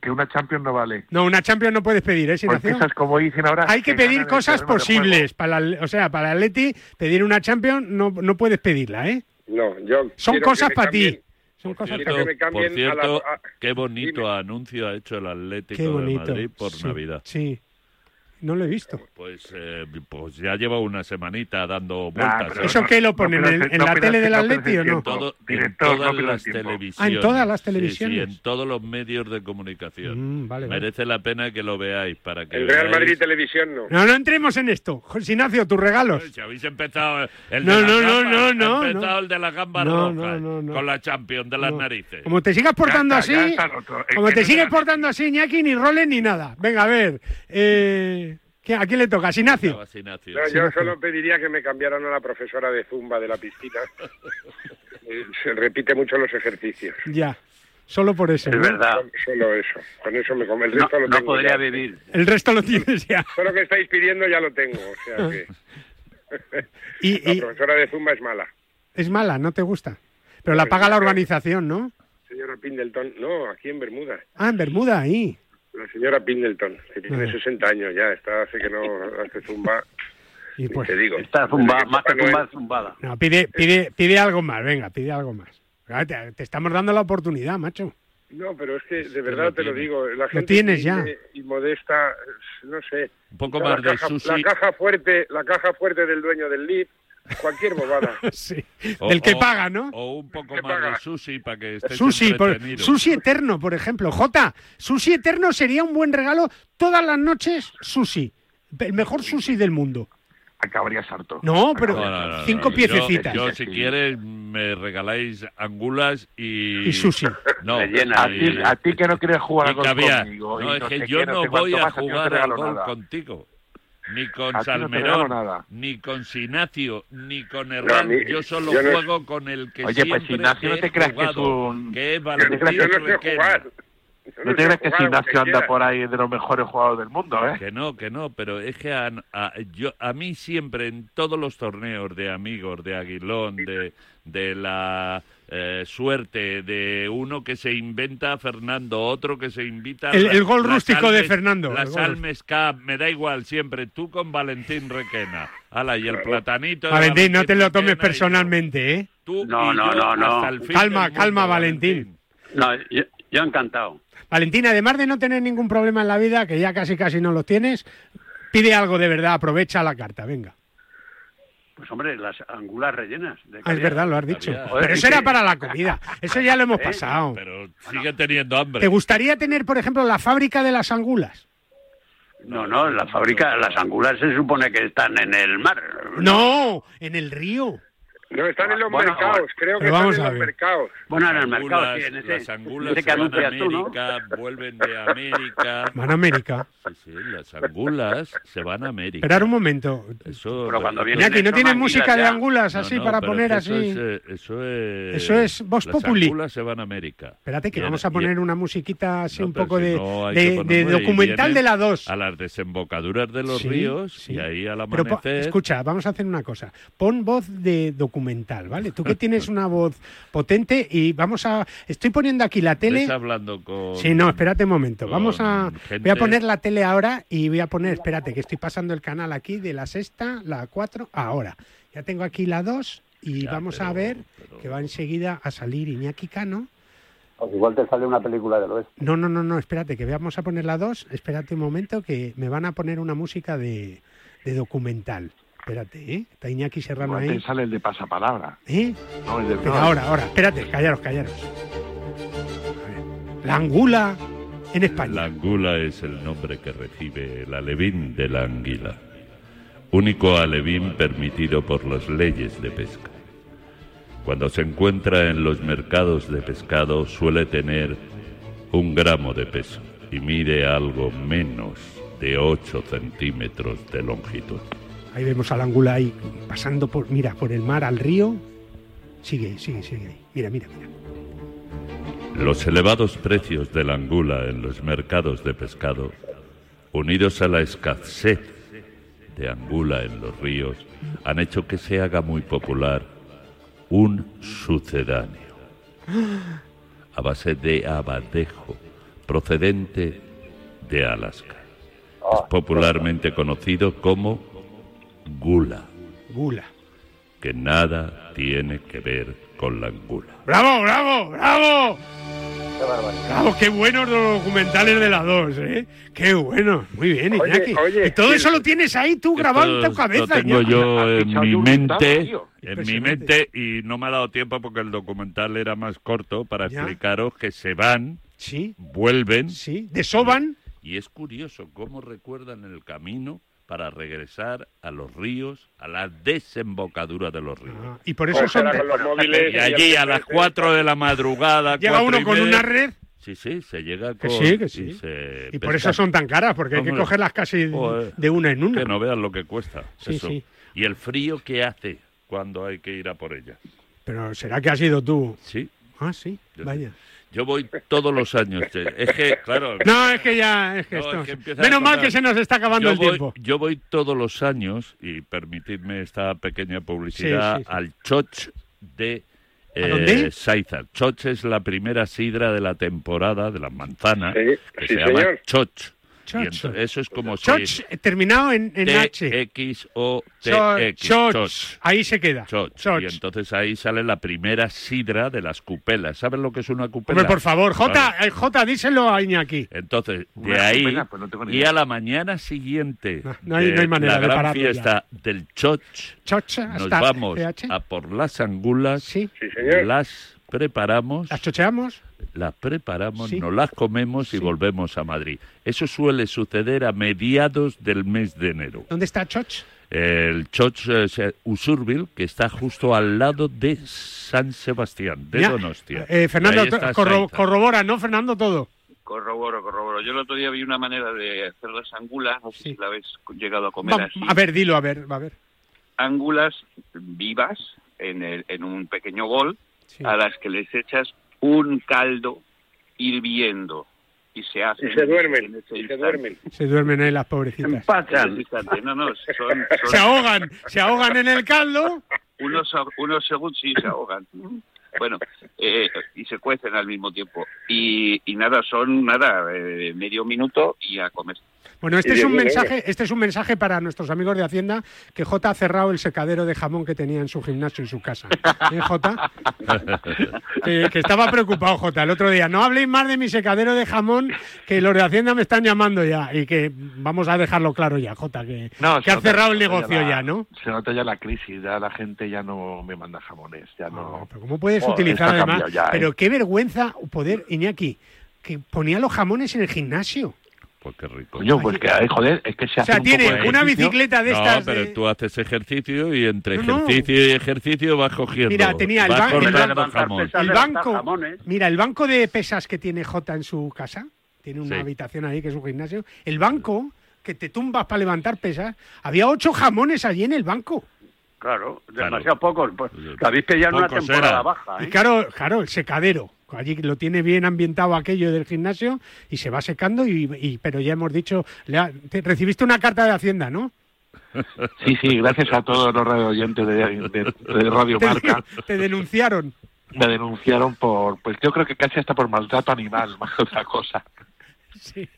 Speaker 6: Que una Champions no vale.
Speaker 3: No, una Champions no puedes pedir, ¿eh,
Speaker 6: Porque
Speaker 3: Sinacio?
Speaker 6: esas, como dicen ahora...
Speaker 3: Hay que
Speaker 6: ganan
Speaker 3: pedir
Speaker 6: el
Speaker 3: cosas
Speaker 6: terreno de
Speaker 3: posibles. Para el- o sea, para el Atleti, pedir una Champions no, no puedes pedirla, ¿eh?
Speaker 15: No, yo.
Speaker 3: Son
Speaker 15: quiero
Speaker 3: cosas
Speaker 15: que me
Speaker 3: para ti.
Speaker 15: cambien-
Speaker 3: Son
Speaker 4: Por
Speaker 3: cosas
Speaker 4: cierto,
Speaker 3: para ti.
Speaker 4: por
Speaker 15: cambien a la-
Speaker 4: cierto,
Speaker 15: a-
Speaker 4: qué bonito anuncio ha hecho el Atlético
Speaker 3: Qué
Speaker 4: de
Speaker 3: bonito.
Speaker 4: Madrid por
Speaker 3: Sí,
Speaker 4: Navidad.
Speaker 3: Sí. No lo he visto.
Speaker 4: Pues, eh, pues ya lleva una semanita dando
Speaker 3: Nah,
Speaker 4: vueltas.
Speaker 3: Ah,
Speaker 4: ¿eh?
Speaker 3: pero ¿Eso no- qué, lo no ponen pierdas en- el- en no la pierdas tele el- del no pierdas Atleti el o no? tiempo,
Speaker 4: Todo-
Speaker 3: director,
Speaker 4: en
Speaker 3: no
Speaker 4: todas
Speaker 3: pierdas
Speaker 4: las
Speaker 3: el tiempo.
Speaker 4: televisiones.
Speaker 3: Ah, en todas las
Speaker 4: Sí,
Speaker 3: televisiones.
Speaker 4: Sí, en todos los medios de comunicación.
Speaker 3: Mm, vale, vale.
Speaker 4: Merece la pena que lo veáis para que
Speaker 15: El Real
Speaker 4: veáis-
Speaker 15: Madrid Televisión no.
Speaker 3: No, no entremos en esto. Jo- Sinacio, tus regalos.
Speaker 4: Si habéis empezado el
Speaker 3: No,
Speaker 4: de las
Speaker 3: no, no,
Speaker 4: gambas,
Speaker 3: no,
Speaker 4: ha
Speaker 3: no,
Speaker 4: empezado
Speaker 3: no.
Speaker 4: el de las gambas
Speaker 3: No,
Speaker 4: rojas,
Speaker 3: no, no, no.
Speaker 4: con la Champions de las narices.
Speaker 3: Como te sigas portando
Speaker 4: Ya
Speaker 3: así,
Speaker 4: está, ya está roto. Es
Speaker 3: como
Speaker 4: que
Speaker 3: te
Speaker 4: no
Speaker 3: sigues
Speaker 4: te-
Speaker 3: portando así, Iñaki, ni roles ni nada. Venga, a ver. Eh, ¿quién- ¿A quién le toca? ¿Sinacio?
Speaker 4: Sinacio.
Speaker 15: No, yo solo pediría que me cambiaran a la profesora de zumba de la piscina. Eh, Se repite mucho los ejercicios.
Speaker 3: Ya. Solo por eso.
Speaker 15: Es
Speaker 3: ¿no?
Speaker 15: verdad. Solo eso. Con eso me come. El resto lo tengo ya.
Speaker 8: vivir.
Speaker 3: El resto lo tienes ya.
Speaker 15: Todo lo que estáis pidiendo ya lo tengo. O sea que...
Speaker 3: Y-
Speaker 15: la
Speaker 3: y-
Speaker 15: profesora de zumba es mala.
Speaker 3: Es mala, no te gusta. Pero la paga la organización, ¿no?
Speaker 15: Señora Pindleton. No, aquí en Bermuda.
Speaker 3: Ah, en Bermuda, ahí.
Speaker 15: La señora Pindleton, que tiene
Speaker 3: Ajá.
Speaker 15: 60 años ya. Está hace que no hace zumba.
Speaker 3: Y pues,
Speaker 15: Te digo.
Speaker 5: Está zumba, más que zumba, es zumbada.
Speaker 3: no, pide, pide, pide algo más, venga, pide algo más. Ah, Te, te estamos dando la oportunidad, macho.
Speaker 15: No, pero es que de verdad
Speaker 4: lo
Speaker 15: te lo
Speaker 4: tiene.
Speaker 15: digo, la
Speaker 3: Lo
Speaker 15: gente
Speaker 3: tienes
Speaker 15: humilde y modesta, no sé.
Speaker 4: Un poco
Speaker 15: La
Speaker 4: más de
Speaker 15: caja- La
Speaker 4: sushi.
Speaker 15: caja fuerte, la caja fuerte del dueño del lead, cualquier bobada.
Speaker 3: sí.
Speaker 4: O-
Speaker 3: Del que
Speaker 4: o-
Speaker 3: paga, Ah, ¿no?
Speaker 4: O un poco más de sushi para que estéis
Speaker 3: Sushi, por-
Speaker 4: entretenidos.
Speaker 3: sushi eterno, por ejemplo. J, sushi eterno sería un buen regalo todas las noches sushi. El mejor sushi del mundo.
Speaker 6: Acabarías harto.
Speaker 3: No, pero
Speaker 4: No, no, no, no,
Speaker 3: cinco
Speaker 4: no.
Speaker 3: piececitas.
Speaker 4: Yo, yo, si quieres, me regaláis angulas y...
Speaker 3: Y sushi.
Speaker 4: No,
Speaker 6: A
Speaker 4: y-
Speaker 6: ti, a ti que no quieres jugar
Speaker 4: y
Speaker 6: al golf
Speaker 4: caviar.
Speaker 6: conmigo.
Speaker 4: No,
Speaker 6: y
Speaker 4: es que
Speaker 6: sé
Speaker 4: yo
Speaker 6: qué,
Speaker 4: no
Speaker 6: sé cuánto
Speaker 4: voy a
Speaker 6: más, ti no te
Speaker 4: jugar al
Speaker 6: regalo
Speaker 4: golf
Speaker 6: nada.
Speaker 4: contigo. ni con
Speaker 6: Aquí no te
Speaker 4: Salmerón,
Speaker 6: regalo nada.
Speaker 4: ni con Sinacio, ni con Herrán.
Speaker 6: ni-
Speaker 4: yo solo
Speaker 6: yo no-
Speaker 4: juego con el que
Speaker 6: Oye, pues
Speaker 4: siempre
Speaker 6: Sinacio, no
Speaker 4: he
Speaker 6: te creas que es
Speaker 4: jugado,
Speaker 6: un-
Speaker 4: que es
Speaker 6: Yo no te creas que-
Speaker 4: Valentín
Speaker 6: yo no sé
Speaker 4: Requena.
Speaker 6: jugar. No te creas que Ignacio anda por ahí de los mejores jugadores del mundo, ¿eh?
Speaker 4: Que no, que no, pero es que a, a- yo, a mí siempre en todos los torneos de amigos, de Aguilón, de, de la eh, suerte, de uno que se inventa a Fernando, otro que se invita...
Speaker 3: El- el gol
Speaker 4: las
Speaker 3: rústico de Fernando, el
Speaker 4: Las
Speaker 3: gol.
Speaker 4: Almes Cup, me da igual siempre, tú con Valentín Requena. Ala, y el platanito... de
Speaker 3: Valentín, no te lo
Speaker 4: Requena
Speaker 3: tomes
Speaker 4: y
Speaker 3: personalmente, ¿eh?
Speaker 4: tú
Speaker 5: No,
Speaker 4: y
Speaker 5: no,
Speaker 4: yo
Speaker 5: no, no.
Speaker 4: hasta el fin
Speaker 3: Calma,
Speaker 4: del mundo,
Speaker 3: calma,
Speaker 4: Valentín.
Speaker 3: Valentín.
Speaker 5: No, yo, yo encantado.
Speaker 3: Valentín, además de no tener ningún problema en la vida, que ya casi casi no lo tienes, pide algo de verdad, aprovecha la carta, venga.
Speaker 5: Pues hombre, las angulas rellenas. de
Speaker 3: Ah, es
Speaker 5: caviar.
Speaker 3: verdad, lo has dicho.
Speaker 5: Caviar.
Speaker 3: Pero eso era para la comida, eso ya lo hemos
Speaker 5: ¿Eh?
Speaker 3: pasado.
Speaker 4: Pero sigue teniendo hambre.
Speaker 3: ¿Te gustaría tener, por ejemplo, la fábrica de las angulas?
Speaker 5: No, no, la fábrica, las angulas se supone que están en el mar.
Speaker 3: No, en el río.
Speaker 15: No, están en los
Speaker 5: Bueno,
Speaker 15: mercados, Pues creo que
Speaker 3: pero
Speaker 15: están
Speaker 3: vamos
Speaker 15: en
Speaker 3: a
Speaker 15: los
Speaker 3: ver.
Speaker 15: mercados.
Speaker 5: Bueno, en
Speaker 4: Las
Speaker 5: el mercado, sí, en
Speaker 4: angulas-
Speaker 5: ese.
Speaker 4: Las angulas
Speaker 5: en ese
Speaker 4: se
Speaker 5: que
Speaker 4: van a
Speaker 5: anuncias tú, ¿no?
Speaker 4: América, vuelven de América.
Speaker 3: Van a América.
Speaker 4: Sí, sí, las angulas se van a América.
Speaker 3: Esperar un momento.
Speaker 4: Eso,
Speaker 5: Pero cuando vienen
Speaker 3: Iñaki, ¿no
Speaker 5: son
Speaker 3: tienes
Speaker 5: anguilas
Speaker 3: música de
Speaker 5: ya.
Speaker 3: angulas
Speaker 4: No,
Speaker 3: así
Speaker 4: no,
Speaker 3: para
Speaker 4: pero
Speaker 3: poner
Speaker 4: que
Speaker 3: así?
Speaker 4: Eso es, eh, eso es,
Speaker 3: Eso es Vox
Speaker 4: las
Speaker 3: Populi.
Speaker 4: angulas se van a América.
Speaker 3: Espérate, que
Speaker 4: Viene-
Speaker 3: vamos a poner una musiquita así un
Speaker 4: Pero
Speaker 3: poco
Speaker 4: si
Speaker 3: de,
Speaker 4: no, hay
Speaker 3: de-
Speaker 4: que
Speaker 3: de
Speaker 4: ponerlo y
Speaker 3: documental
Speaker 4: vienen
Speaker 3: de la 2.
Speaker 4: A las desembocaduras de los
Speaker 3: Sí,
Speaker 4: ríos
Speaker 3: sí.
Speaker 4: y ahí al
Speaker 3: Pero po-
Speaker 4: amanecer.
Speaker 3: escucha, vamos a hacer una cosa. Pon voz de documental, ¿vale? Tú que tienes una voz potente y vamos a... Estoy poniendo aquí la tele...
Speaker 4: Estás hablando con.
Speaker 3: Sí, no, espérate un momento. Vamos a...
Speaker 4: gente-
Speaker 3: Voy a poner la tele ahora y voy a poner... Espérate, que estoy pasando el canal aquí de la sexta, la cuatro, ahora. Ya tengo aquí la dos y vamos a ver que va enseguida a salir Iñaki Cano.
Speaker 5: Pues igual te sale una película del oeste.
Speaker 3: No, no, no, no, espérate, que vamos a poner la 2. Espérate un momento, que me van a poner una música de, de documental. Espérate, ¿eh? Está Iñaki Serrano
Speaker 6: Igual te
Speaker 3: ahí.
Speaker 6: sale el de pasapalabra.
Speaker 3: ¿Eh?
Speaker 6: No, el de
Speaker 3: Pero
Speaker 6: no,
Speaker 3: ahora, ahora, espérate, callaros, callaros. A ver. La angula en España.
Speaker 4: La angula es el nombre que recibe el alevín de la anguila, único alevín permitido por las leyes de pesca. Cuando se encuentra en los mercados de pescado suele tener un gramo de peso y mide algo menos de 8 centímetros de longitud.
Speaker 3: Ahí vemos a la angula ahí pasando por, mira, por el mar al río. Sigue, sigue, sigue ahí. Mira, mira, mira.
Speaker 4: Los elevados precios de la angula en los mercados de pescado, unidos a la escasez de angula en los ríos, han hecho que se haga muy popular un sucedáneo a base de abadejo procedente de Alaska. Es popularmente conocido como gula,
Speaker 3: Gula.
Speaker 4: que nada tiene que ver con la angula.
Speaker 3: ¡Bravo, bravo, bravo! ¡Bravo, qué buenos los documentales de la 2, eh! ¡Qué buenos! Muy bien,
Speaker 4: Oye,
Speaker 3: Iñaki.
Speaker 4: oye,
Speaker 3: y todo
Speaker 4: ¿quién-
Speaker 3: eso lo tienes ahí tú grabado en tu
Speaker 4: Esto
Speaker 3: cabeza.
Speaker 4: Lo tengo
Speaker 3: Iñaki.
Speaker 4: yo en mi
Speaker 3: un
Speaker 4: mente,
Speaker 3: tío.
Speaker 4: en mi mente y no me ha dado tiempo porque el documental era más corto para
Speaker 3: Ya.
Speaker 4: explicaros que se van, vuelven,
Speaker 3: sí, desoban.
Speaker 4: Y es curioso cómo recuerdan el camino para regresar a los ríos, a la desembocadura de los ríos.
Speaker 3: Ah, Y por eso son...
Speaker 4: y allí a las 4 de la madrugada.
Speaker 3: Llega
Speaker 4: cuatro
Speaker 3: uno
Speaker 4: y
Speaker 3: con
Speaker 4: media-
Speaker 3: una red.
Speaker 4: Sí, sí, se llega
Speaker 3: Que
Speaker 4: con.
Speaker 3: sí, que sí.
Speaker 4: Y, se
Speaker 3: Y por
Speaker 4: pesca.
Speaker 3: eso son tan caras, porque hay que
Speaker 4: Hombre.
Speaker 3: cogerlas casi
Speaker 4: Joder.
Speaker 3: de una en una.
Speaker 4: eh, Que no veas lo que cuesta.
Speaker 3: Sí,
Speaker 4: eso.
Speaker 3: sí.
Speaker 4: Y el frío que hace cuando hay que ir a por ella.
Speaker 3: Pero será que has ido tú.
Speaker 4: Sí.
Speaker 3: Ah, sí,
Speaker 4: Yo
Speaker 3: vaya.
Speaker 4: Yo voy todos los años. che. Es que, claro.
Speaker 3: No, es que ya... Es que
Speaker 4: No,
Speaker 3: esto-
Speaker 4: es que empieza
Speaker 3: Menos
Speaker 4: a
Speaker 3: mal
Speaker 4: contar.
Speaker 3: que se nos está acabando
Speaker 4: yo
Speaker 3: el
Speaker 4: voy,
Speaker 3: tiempo.
Speaker 4: Yo voy todos los años, y permitidme esta pequeña publicidad,
Speaker 3: Sí, sí, sí.
Speaker 4: al Choch de eh,
Speaker 3: ¿A dónde?
Speaker 4: Saiza. Choch es la primera sidra de la temporada de las manzanas,
Speaker 15: Sí,
Speaker 4: que
Speaker 15: sí,
Speaker 4: se llama
Speaker 15: señor.
Speaker 4: Choch. Y
Speaker 3: Choch.
Speaker 4: ento- eso es como si-
Speaker 3: Choch, eh, terminado en, en H.
Speaker 4: T-X-O-T-X.
Speaker 3: Choch, Choch. Ahí se queda.
Speaker 4: Choch.
Speaker 3: Choch.
Speaker 4: Y entonces ahí sale la primera sidra de las cupelas. ¿Sabes lo que es una cupela?
Speaker 3: Hombre, por favor,
Speaker 4: Vale.
Speaker 3: J, eh, J, díselo a Iñaki.
Speaker 4: Entonces, de
Speaker 3: Una
Speaker 4: ahí
Speaker 3: cupela, pues no tengo ni
Speaker 4: y
Speaker 3: idea.
Speaker 4: a la mañana siguiente
Speaker 3: no hay-
Speaker 4: de
Speaker 3: no hay manera
Speaker 4: la
Speaker 3: de
Speaker 4: gran
Speaker 3: pararlo ya.
Speaker 4: fiesta del Choch,
Speaker 3: Choch,
Speaker 4: nos
Speaker 3: hasta
Speaker 4: vamos
Speaker 3: PH.
Speaker 4: a por las angulas,
Speaker 3: señor.
Speaker 4: las preparamos,
Speaker 3: Las chocheamos.
Speaker 4: las preparamos,
Speaker 3: Sí.
Speaker 4: nos las comemos y volvemos a Madrid. Eso suele suceder a mediados del mes de enero.
Speaker 3: ¿Dónde está Choch?
Speaker 4: El Choch eh, se- Usurbil, que está justo al lado de San Sebastián, de
Speaker 3: Ya.
Speaker 4: Donostia.
Speaker 3: Eh,
Speaker 4: Y
Speaker 3: Fernando,
Speaker 4: ahí está
Speaker 3: corro-
Speaker 4: Saiza.
Speaker 3: corrobora, ¿no, Fernando? Todo.
Speaker 8: Corroboro, corroboro. Yo el otro día vi una manera de hacer las angulas, no sé si la habéis llegado a comer
Speaker 3: Va-
Speaker 8: así.
Speaker 3: a ver, dilo, a ver, a ver.
Speaker 8: Angulas vivas en, el- en un pequeño bol
Speaker 3: Sí.
Speaker 8: a las que les echas un caldo hirviendo y se hacen.
Speaker 15: Y se duermen,
Speaker 8: en ese
Speaker 15: y se
Speaker 8: instante. Ah,
Speaker 15: duermen.
Speaker 3: Se duermen ahí las pobrecitas.
Speaker 8: En ese instante. No, no, son- son-
Speaker 3: Ah, Se ahogan, se ahogan en el caldo.
Speaker 8: unos, unos segundos sí se ahogan. Bueno, eh, y se cuecen al mismo tiempo. Y, y nada, son nada, eh, medio minuto y a comer.
Speaker 3: Bueno, este es un mensaje, este es un mensaje para nuestros amigos de Hacienda que J ha cerrado el secadero de jamón que tenía en su gimnasio y su casa. ¿Eh, J? Eh, Que, que estaba preocupado, J, el otro día. No habléis más de mi secadero de jamón, que los de Hacienda me están llamando ya. Y que vamos a dejarlo claro ya, J, que, que
Speaker 6: se
Speaker 3: ha
Speaker 6: nota-
Speaker 3: cerrado el
Speaker 6: se nota
Speaker 3: negocio
Speaker 6: la-
Speaker 3: ya, ¿no?
Speaker 6: Se nota ya la crisis, ya la gente ya no me manda jamones, ya no...
Speaker 3: Ah, ¿Cómo puedes
Speaker 6: Joder,
Speaker 3: utilizar
Speaker 6: esto ha
Speaker 3: además?
Speaker 6: cambiado ya, ¿eh?
Speaker 3: Pero qué vergüenza poder, Iñaki, que ponía los jamones en el gimnasio.
Speaker 4: Pues qué rico.
Speaker 6: Coño, pues que, ay, joder, es que se
Speaker 3: O
Speaker 6: hace
Speaker 3: sea,
Speaker 6: un poco
Speaker 3: tiene
Speaker 6: de
Speaker 3: una
Speaker 6: ejercicio.
Speaker 3: bicicleta de
Speaker 4: no,
Speaker 3: estas
Speaker 4: pero
Speaker 3: de-
Speaker 4: tú haces ejercicio y entre
Speaker 3: No, no.
Speaker 4: ejercicio y ejercicio vas cogiendo.
Speaker 3: Mira, tenía el
Speaker 4: vas
Speaker 3: ban- el
Speaker 4: cortando
Speaker 3: ban-
Speaker 4: jamón.
Speaker 3: El
Speaker 5: levantar
Speaker 3: banco,
Speaker 5: jamones.
Speaker 3: mira, el banco de pesas que tiene J en su casa, tiene una
Speaker 4: Sí.
Speaker 3: habitación ahí que es un gimnasio, el banco que te tumbas para levantar pesas, había ocho jamones allí en el banco.
Speaker 5: Claro, demasiado pocos. Pues, Sabéis que ya en una
Speaker 3: Pocos
Speaker 5: temporada
Speaker 3: eran.
Speaker 5: baja, ¿eh?
Speaker 3: Y claro, claro, el secadero. Allí lo tiene bien ambientado aquello del gimnasio y se va secando, y, y- pero ya hemos dicho, le ha- te- recibiste una carta de Hacienda, ¿no?
Speaker 6: Sí, sí, gracias a todos los radio oyentes de, de- de Radio Marca.
Speaker 3: Te denunciaron.
Speaker 6: Me denunciaron por, pues yo creo que casi hasta por maltrato animal, más que otra cosa.
Speaker 3: Sí.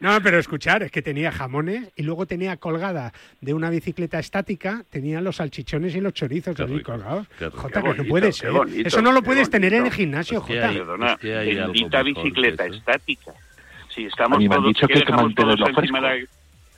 Speaker 3: No, pero escuchar, es que tenía jamones y luego tenía colgada de una bicicleta estática, tenía los salchichones y los chorizos allí colgados.
Speaker 8: Qué
Speaker 3: Jota, que no
Speaker 8: bonito,
Speaker 3: puede
Speaker 8: qué
Speaker 3: ser.
Speaker 8: bonito,
Speaker 3: Eso no lo
Speaker 8: qué
Speaker 3: puedes tener en el
Speaker 8: bonito.
Speaker 3: gimnasio, Jota.
Speaker 8: Perdona, bendita bicicleta estática. Si
Speaker 6: A
Speaker 8: estamos
Speaker 6: mí me han
Speaker 8: todos,
Speaker 6: dicho
Speaker 8: ¿qué
Speaker 6: que hay que
Speaker 8: dejamos todos
Speaker 6: mantenerlo
Speaker 8: encima de la-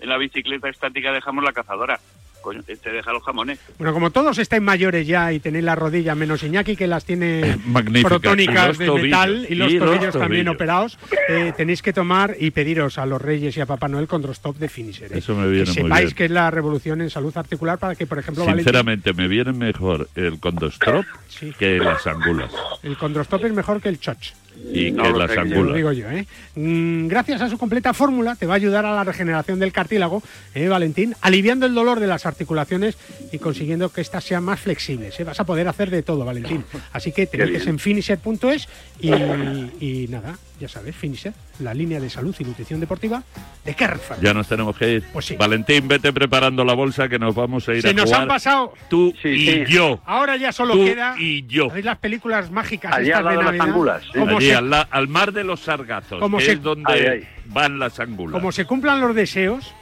Speaker 8: en la bicicleta estática dejamos la cazadora. Coño, te deja los jamones.
Speaker 3: Bueno, como todos estáis mayores ya y tenéis las rodillas, menos Iñaki, que las tiene
Speaker 4: Eh, Magnífica. Y
Speaker 3: protónicas
Speaker 4: los
Speaker 3: de
Speaker 4: tobillos.
Speaker 3: metal y los
Speaker 4: Y los
Speaker 3: tobillos también
Speaker 4: tobillos.
Speaker 3: operados, eh, tenéis que tomar y pediros a los Reyes y a Papá Noel Controstop de Finisher. ¿eh?
Speaker 4: Eso me viene
Speaker 3: que
Speaker 4: muy
Speaker 3: sepáis
Speaker 4: bien.
Speaker 3: que es la revolución en salud articular para que, por ejemplo, Valentín
Speaker 4: Sinceramente, me viene mejor el condostrop
Speaker 3: Sí.
Speaker 4: que las angulas.
Speaker 3: El condrostop es mejor que el choch.
Speaker 4: Y que las
Speaker 3: Ya lo
Speaker 4: angulas.
Speaker 3: digo yo, ¿eh? Mm, Gracias a su completa fórmula te va a ayudar a la regeneración del cartílago, ¿eh, Valentín, aliviando el dolor de las articulaciones y consiguiendo que éstas sean más flexibles. ¿eh? Vas a poder hacer de todo, Valentín. Así que te
Speaker 5: Qué
Speaker 3: metes
Speaker 5: bien.
Speaker 3: en finisher.es y, y nada, ya sabes, Finisher, la línea de salud y nutrición deportiva de Carrefour.
Speaker 4: Ya nos tenemos que ir.
Speaker 3: Pues sí.
Speaker 4: Valentín, vete preparando la bolsa que nos vamos a ir
Speaker 3: Se
Speaker 4: a
Speaker 3: nos
Speaker 4: jugar
Speaker 3: han pasado.
Speaker 4: tú y yo.
Speaker 3: Ahora ya solo
Speaker 4: Tú
Speaker 3: queda.
Speaker 4: y yo.
Speaker 3: ¿Sabéis las películas mágicas
Speaker 4: Allí
Speaker 3: estas
Speaker 4: al lado
Speaker 3: de
Speaker 4: de las
Speaker 3: Navidad?
Speaker 4: angulas, sí.
Speaker 3: Como
Speaker 4: Allí
Speaker 3: se
Speaker 4: al, la- al mar de los sargazos,
Speaker 3: Como
Speaker 4: que
Speaker 3: se-
Speaker 4: es donde
Speaker 3: Ahí, ahí.
Speaker 4: van las angulas.
Speaker 3: Como se cumplan los deseos,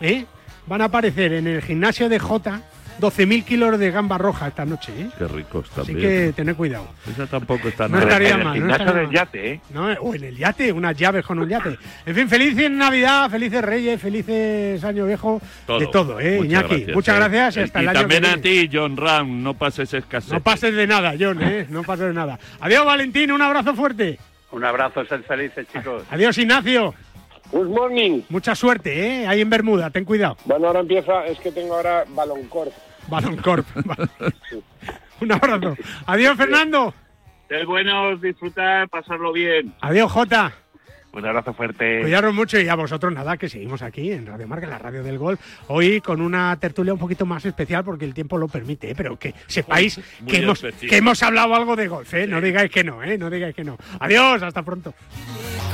Speaker 4: Mm.
Speaker 3: ¿eh? van a aparecer en el gimnasio de Jota 12.000 kilos de gamba roja esta noche. ¿eh?
Speaker 4: Qué ricos
Speaker 3: Así
Speaker 4: también.
Speaker 3: que tened cuidado.
Speaker 4: Esa tampoco está
Speaker 3: No
Speaker 4: nada
Speaker 3: estaría
Speaker 4: mal.
Speaker 3: mal. no estaría mal. No, eh, o en el yate, unas llaves con un yate. En fin, felices Navidad, felices Reyes, felices Año Viejo, de todo, ¿eh,
Speaker 4: Muchas
Speaker 3: Iñaki?
Speaker 4: gracias,
Speaker 3: Muchas
Speaker 4: eh.
Speaker 3: gracias y hasta
Speaker 4: y
Speaker 3: el año que
Speaker 4: también
Speaker 3: viene.
Speaker 4: a ti, John Ram, no pases escasez.
Speaker 3: No pases de nada, John, ¿eh? No pases de nada. Adiós, Valentín, un abrazo fuerte.
Speaker 5: Un abrazo, sed felices, chicos.
Speaker 3: Adiós, Ignacio. Good morning. Mucha suerte, ¿eh? Ahí en Bermuda, ten cuidado.
Speaker 20: Bueno, ahora empieza, es que tengo ahora baloncorp.
Speaker 3: Baloncorp. un abrazo. Adiós, Fernando.
Speaker 8: Ser buenos, disfrutar, pasarlo bien.
Speaker 3: Adiós, Jota.
Speaker 6: Un abrazo fuerte.
Speaker 3: Cuidaros mucho y a vosotros nada, que seguimos aquí en Radio Marca, en la radio del golf. Hoy con una tertulia un poquito más especial porque el tiempo lo permite, ¿eh? pero que sepáis
Speaker 4: Muy
Speaker 3: que hemos,
Speaker 4: especial.
Speaker 3: que hemos hablado algo de golf, ¿eh? no digáis que no, ¿eh? no digáis que no. Adiós, hasta pronto.
Speaker 18: You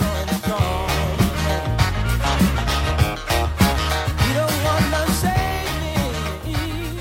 Speaker 18: don't wanna save me.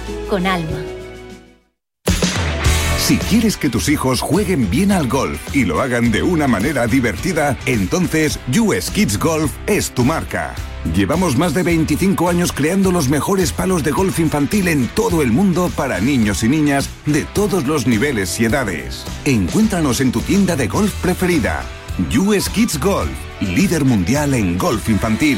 Speaker 10: con alma.
Speaker 11: Si quieres que tus hijos jueguen bien al golf y lo hagan de una manera divertida, entonces US Kids Golf es tu marca. Llevamos más de 25 años creando los mejores palos de golf infantil en todo el mundo para niños y niñas de todos los niveles y edades. Encuéntranos en tu tienda de golf preferida. US Kids Golf, líder mundial en golf infantil.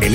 Speaker 13: En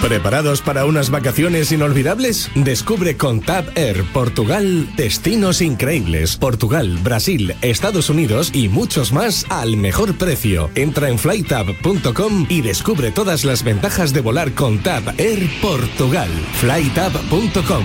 Speaker 13: ¿Preparados para unas vacaciones inolvidables? Descubre con TAP Air Portugal destinos increíbles. Portugal, Brasil, Estados Unidos y muchos más al mejor precio. Entra en flytab.com y descubre todas las ventajas de volar con TAP Air Portugal. flytab.com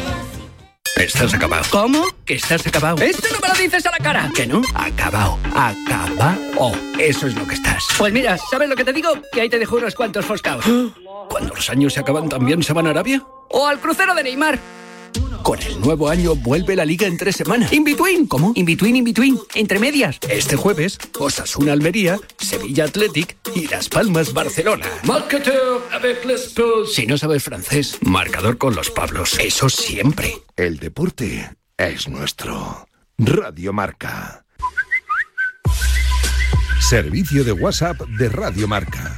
Speaker 21: Estás acabado. ¿Cómo? Que estás acabado. Esto no me lo dices a la cara. ¿Que no? Acabado. Acabado. Eso es lo que estás. Pues mira, ¿sabes lo que te digo? Que ahí te dejo unos cuantos foscaos. ¡Ah! Cuando los años se acaban, ¿también se van a Arabia? O al crucero de Neymar. Con el nuevo año vuelve la liga en tres semanas. In between. ¿Cómo? In between, in between. Entre medias. Este jueves, Osasuna Almería, Sevilla Athletic y Las Palmas Barcelona. Marketeur avec les Spurs. Si no sabes francés, marcador con los Pablos. Eso siempre.
Speaker 2: El deporte es nuestro. Radio Marca. Servicio de WhatsApp de Radio Marca.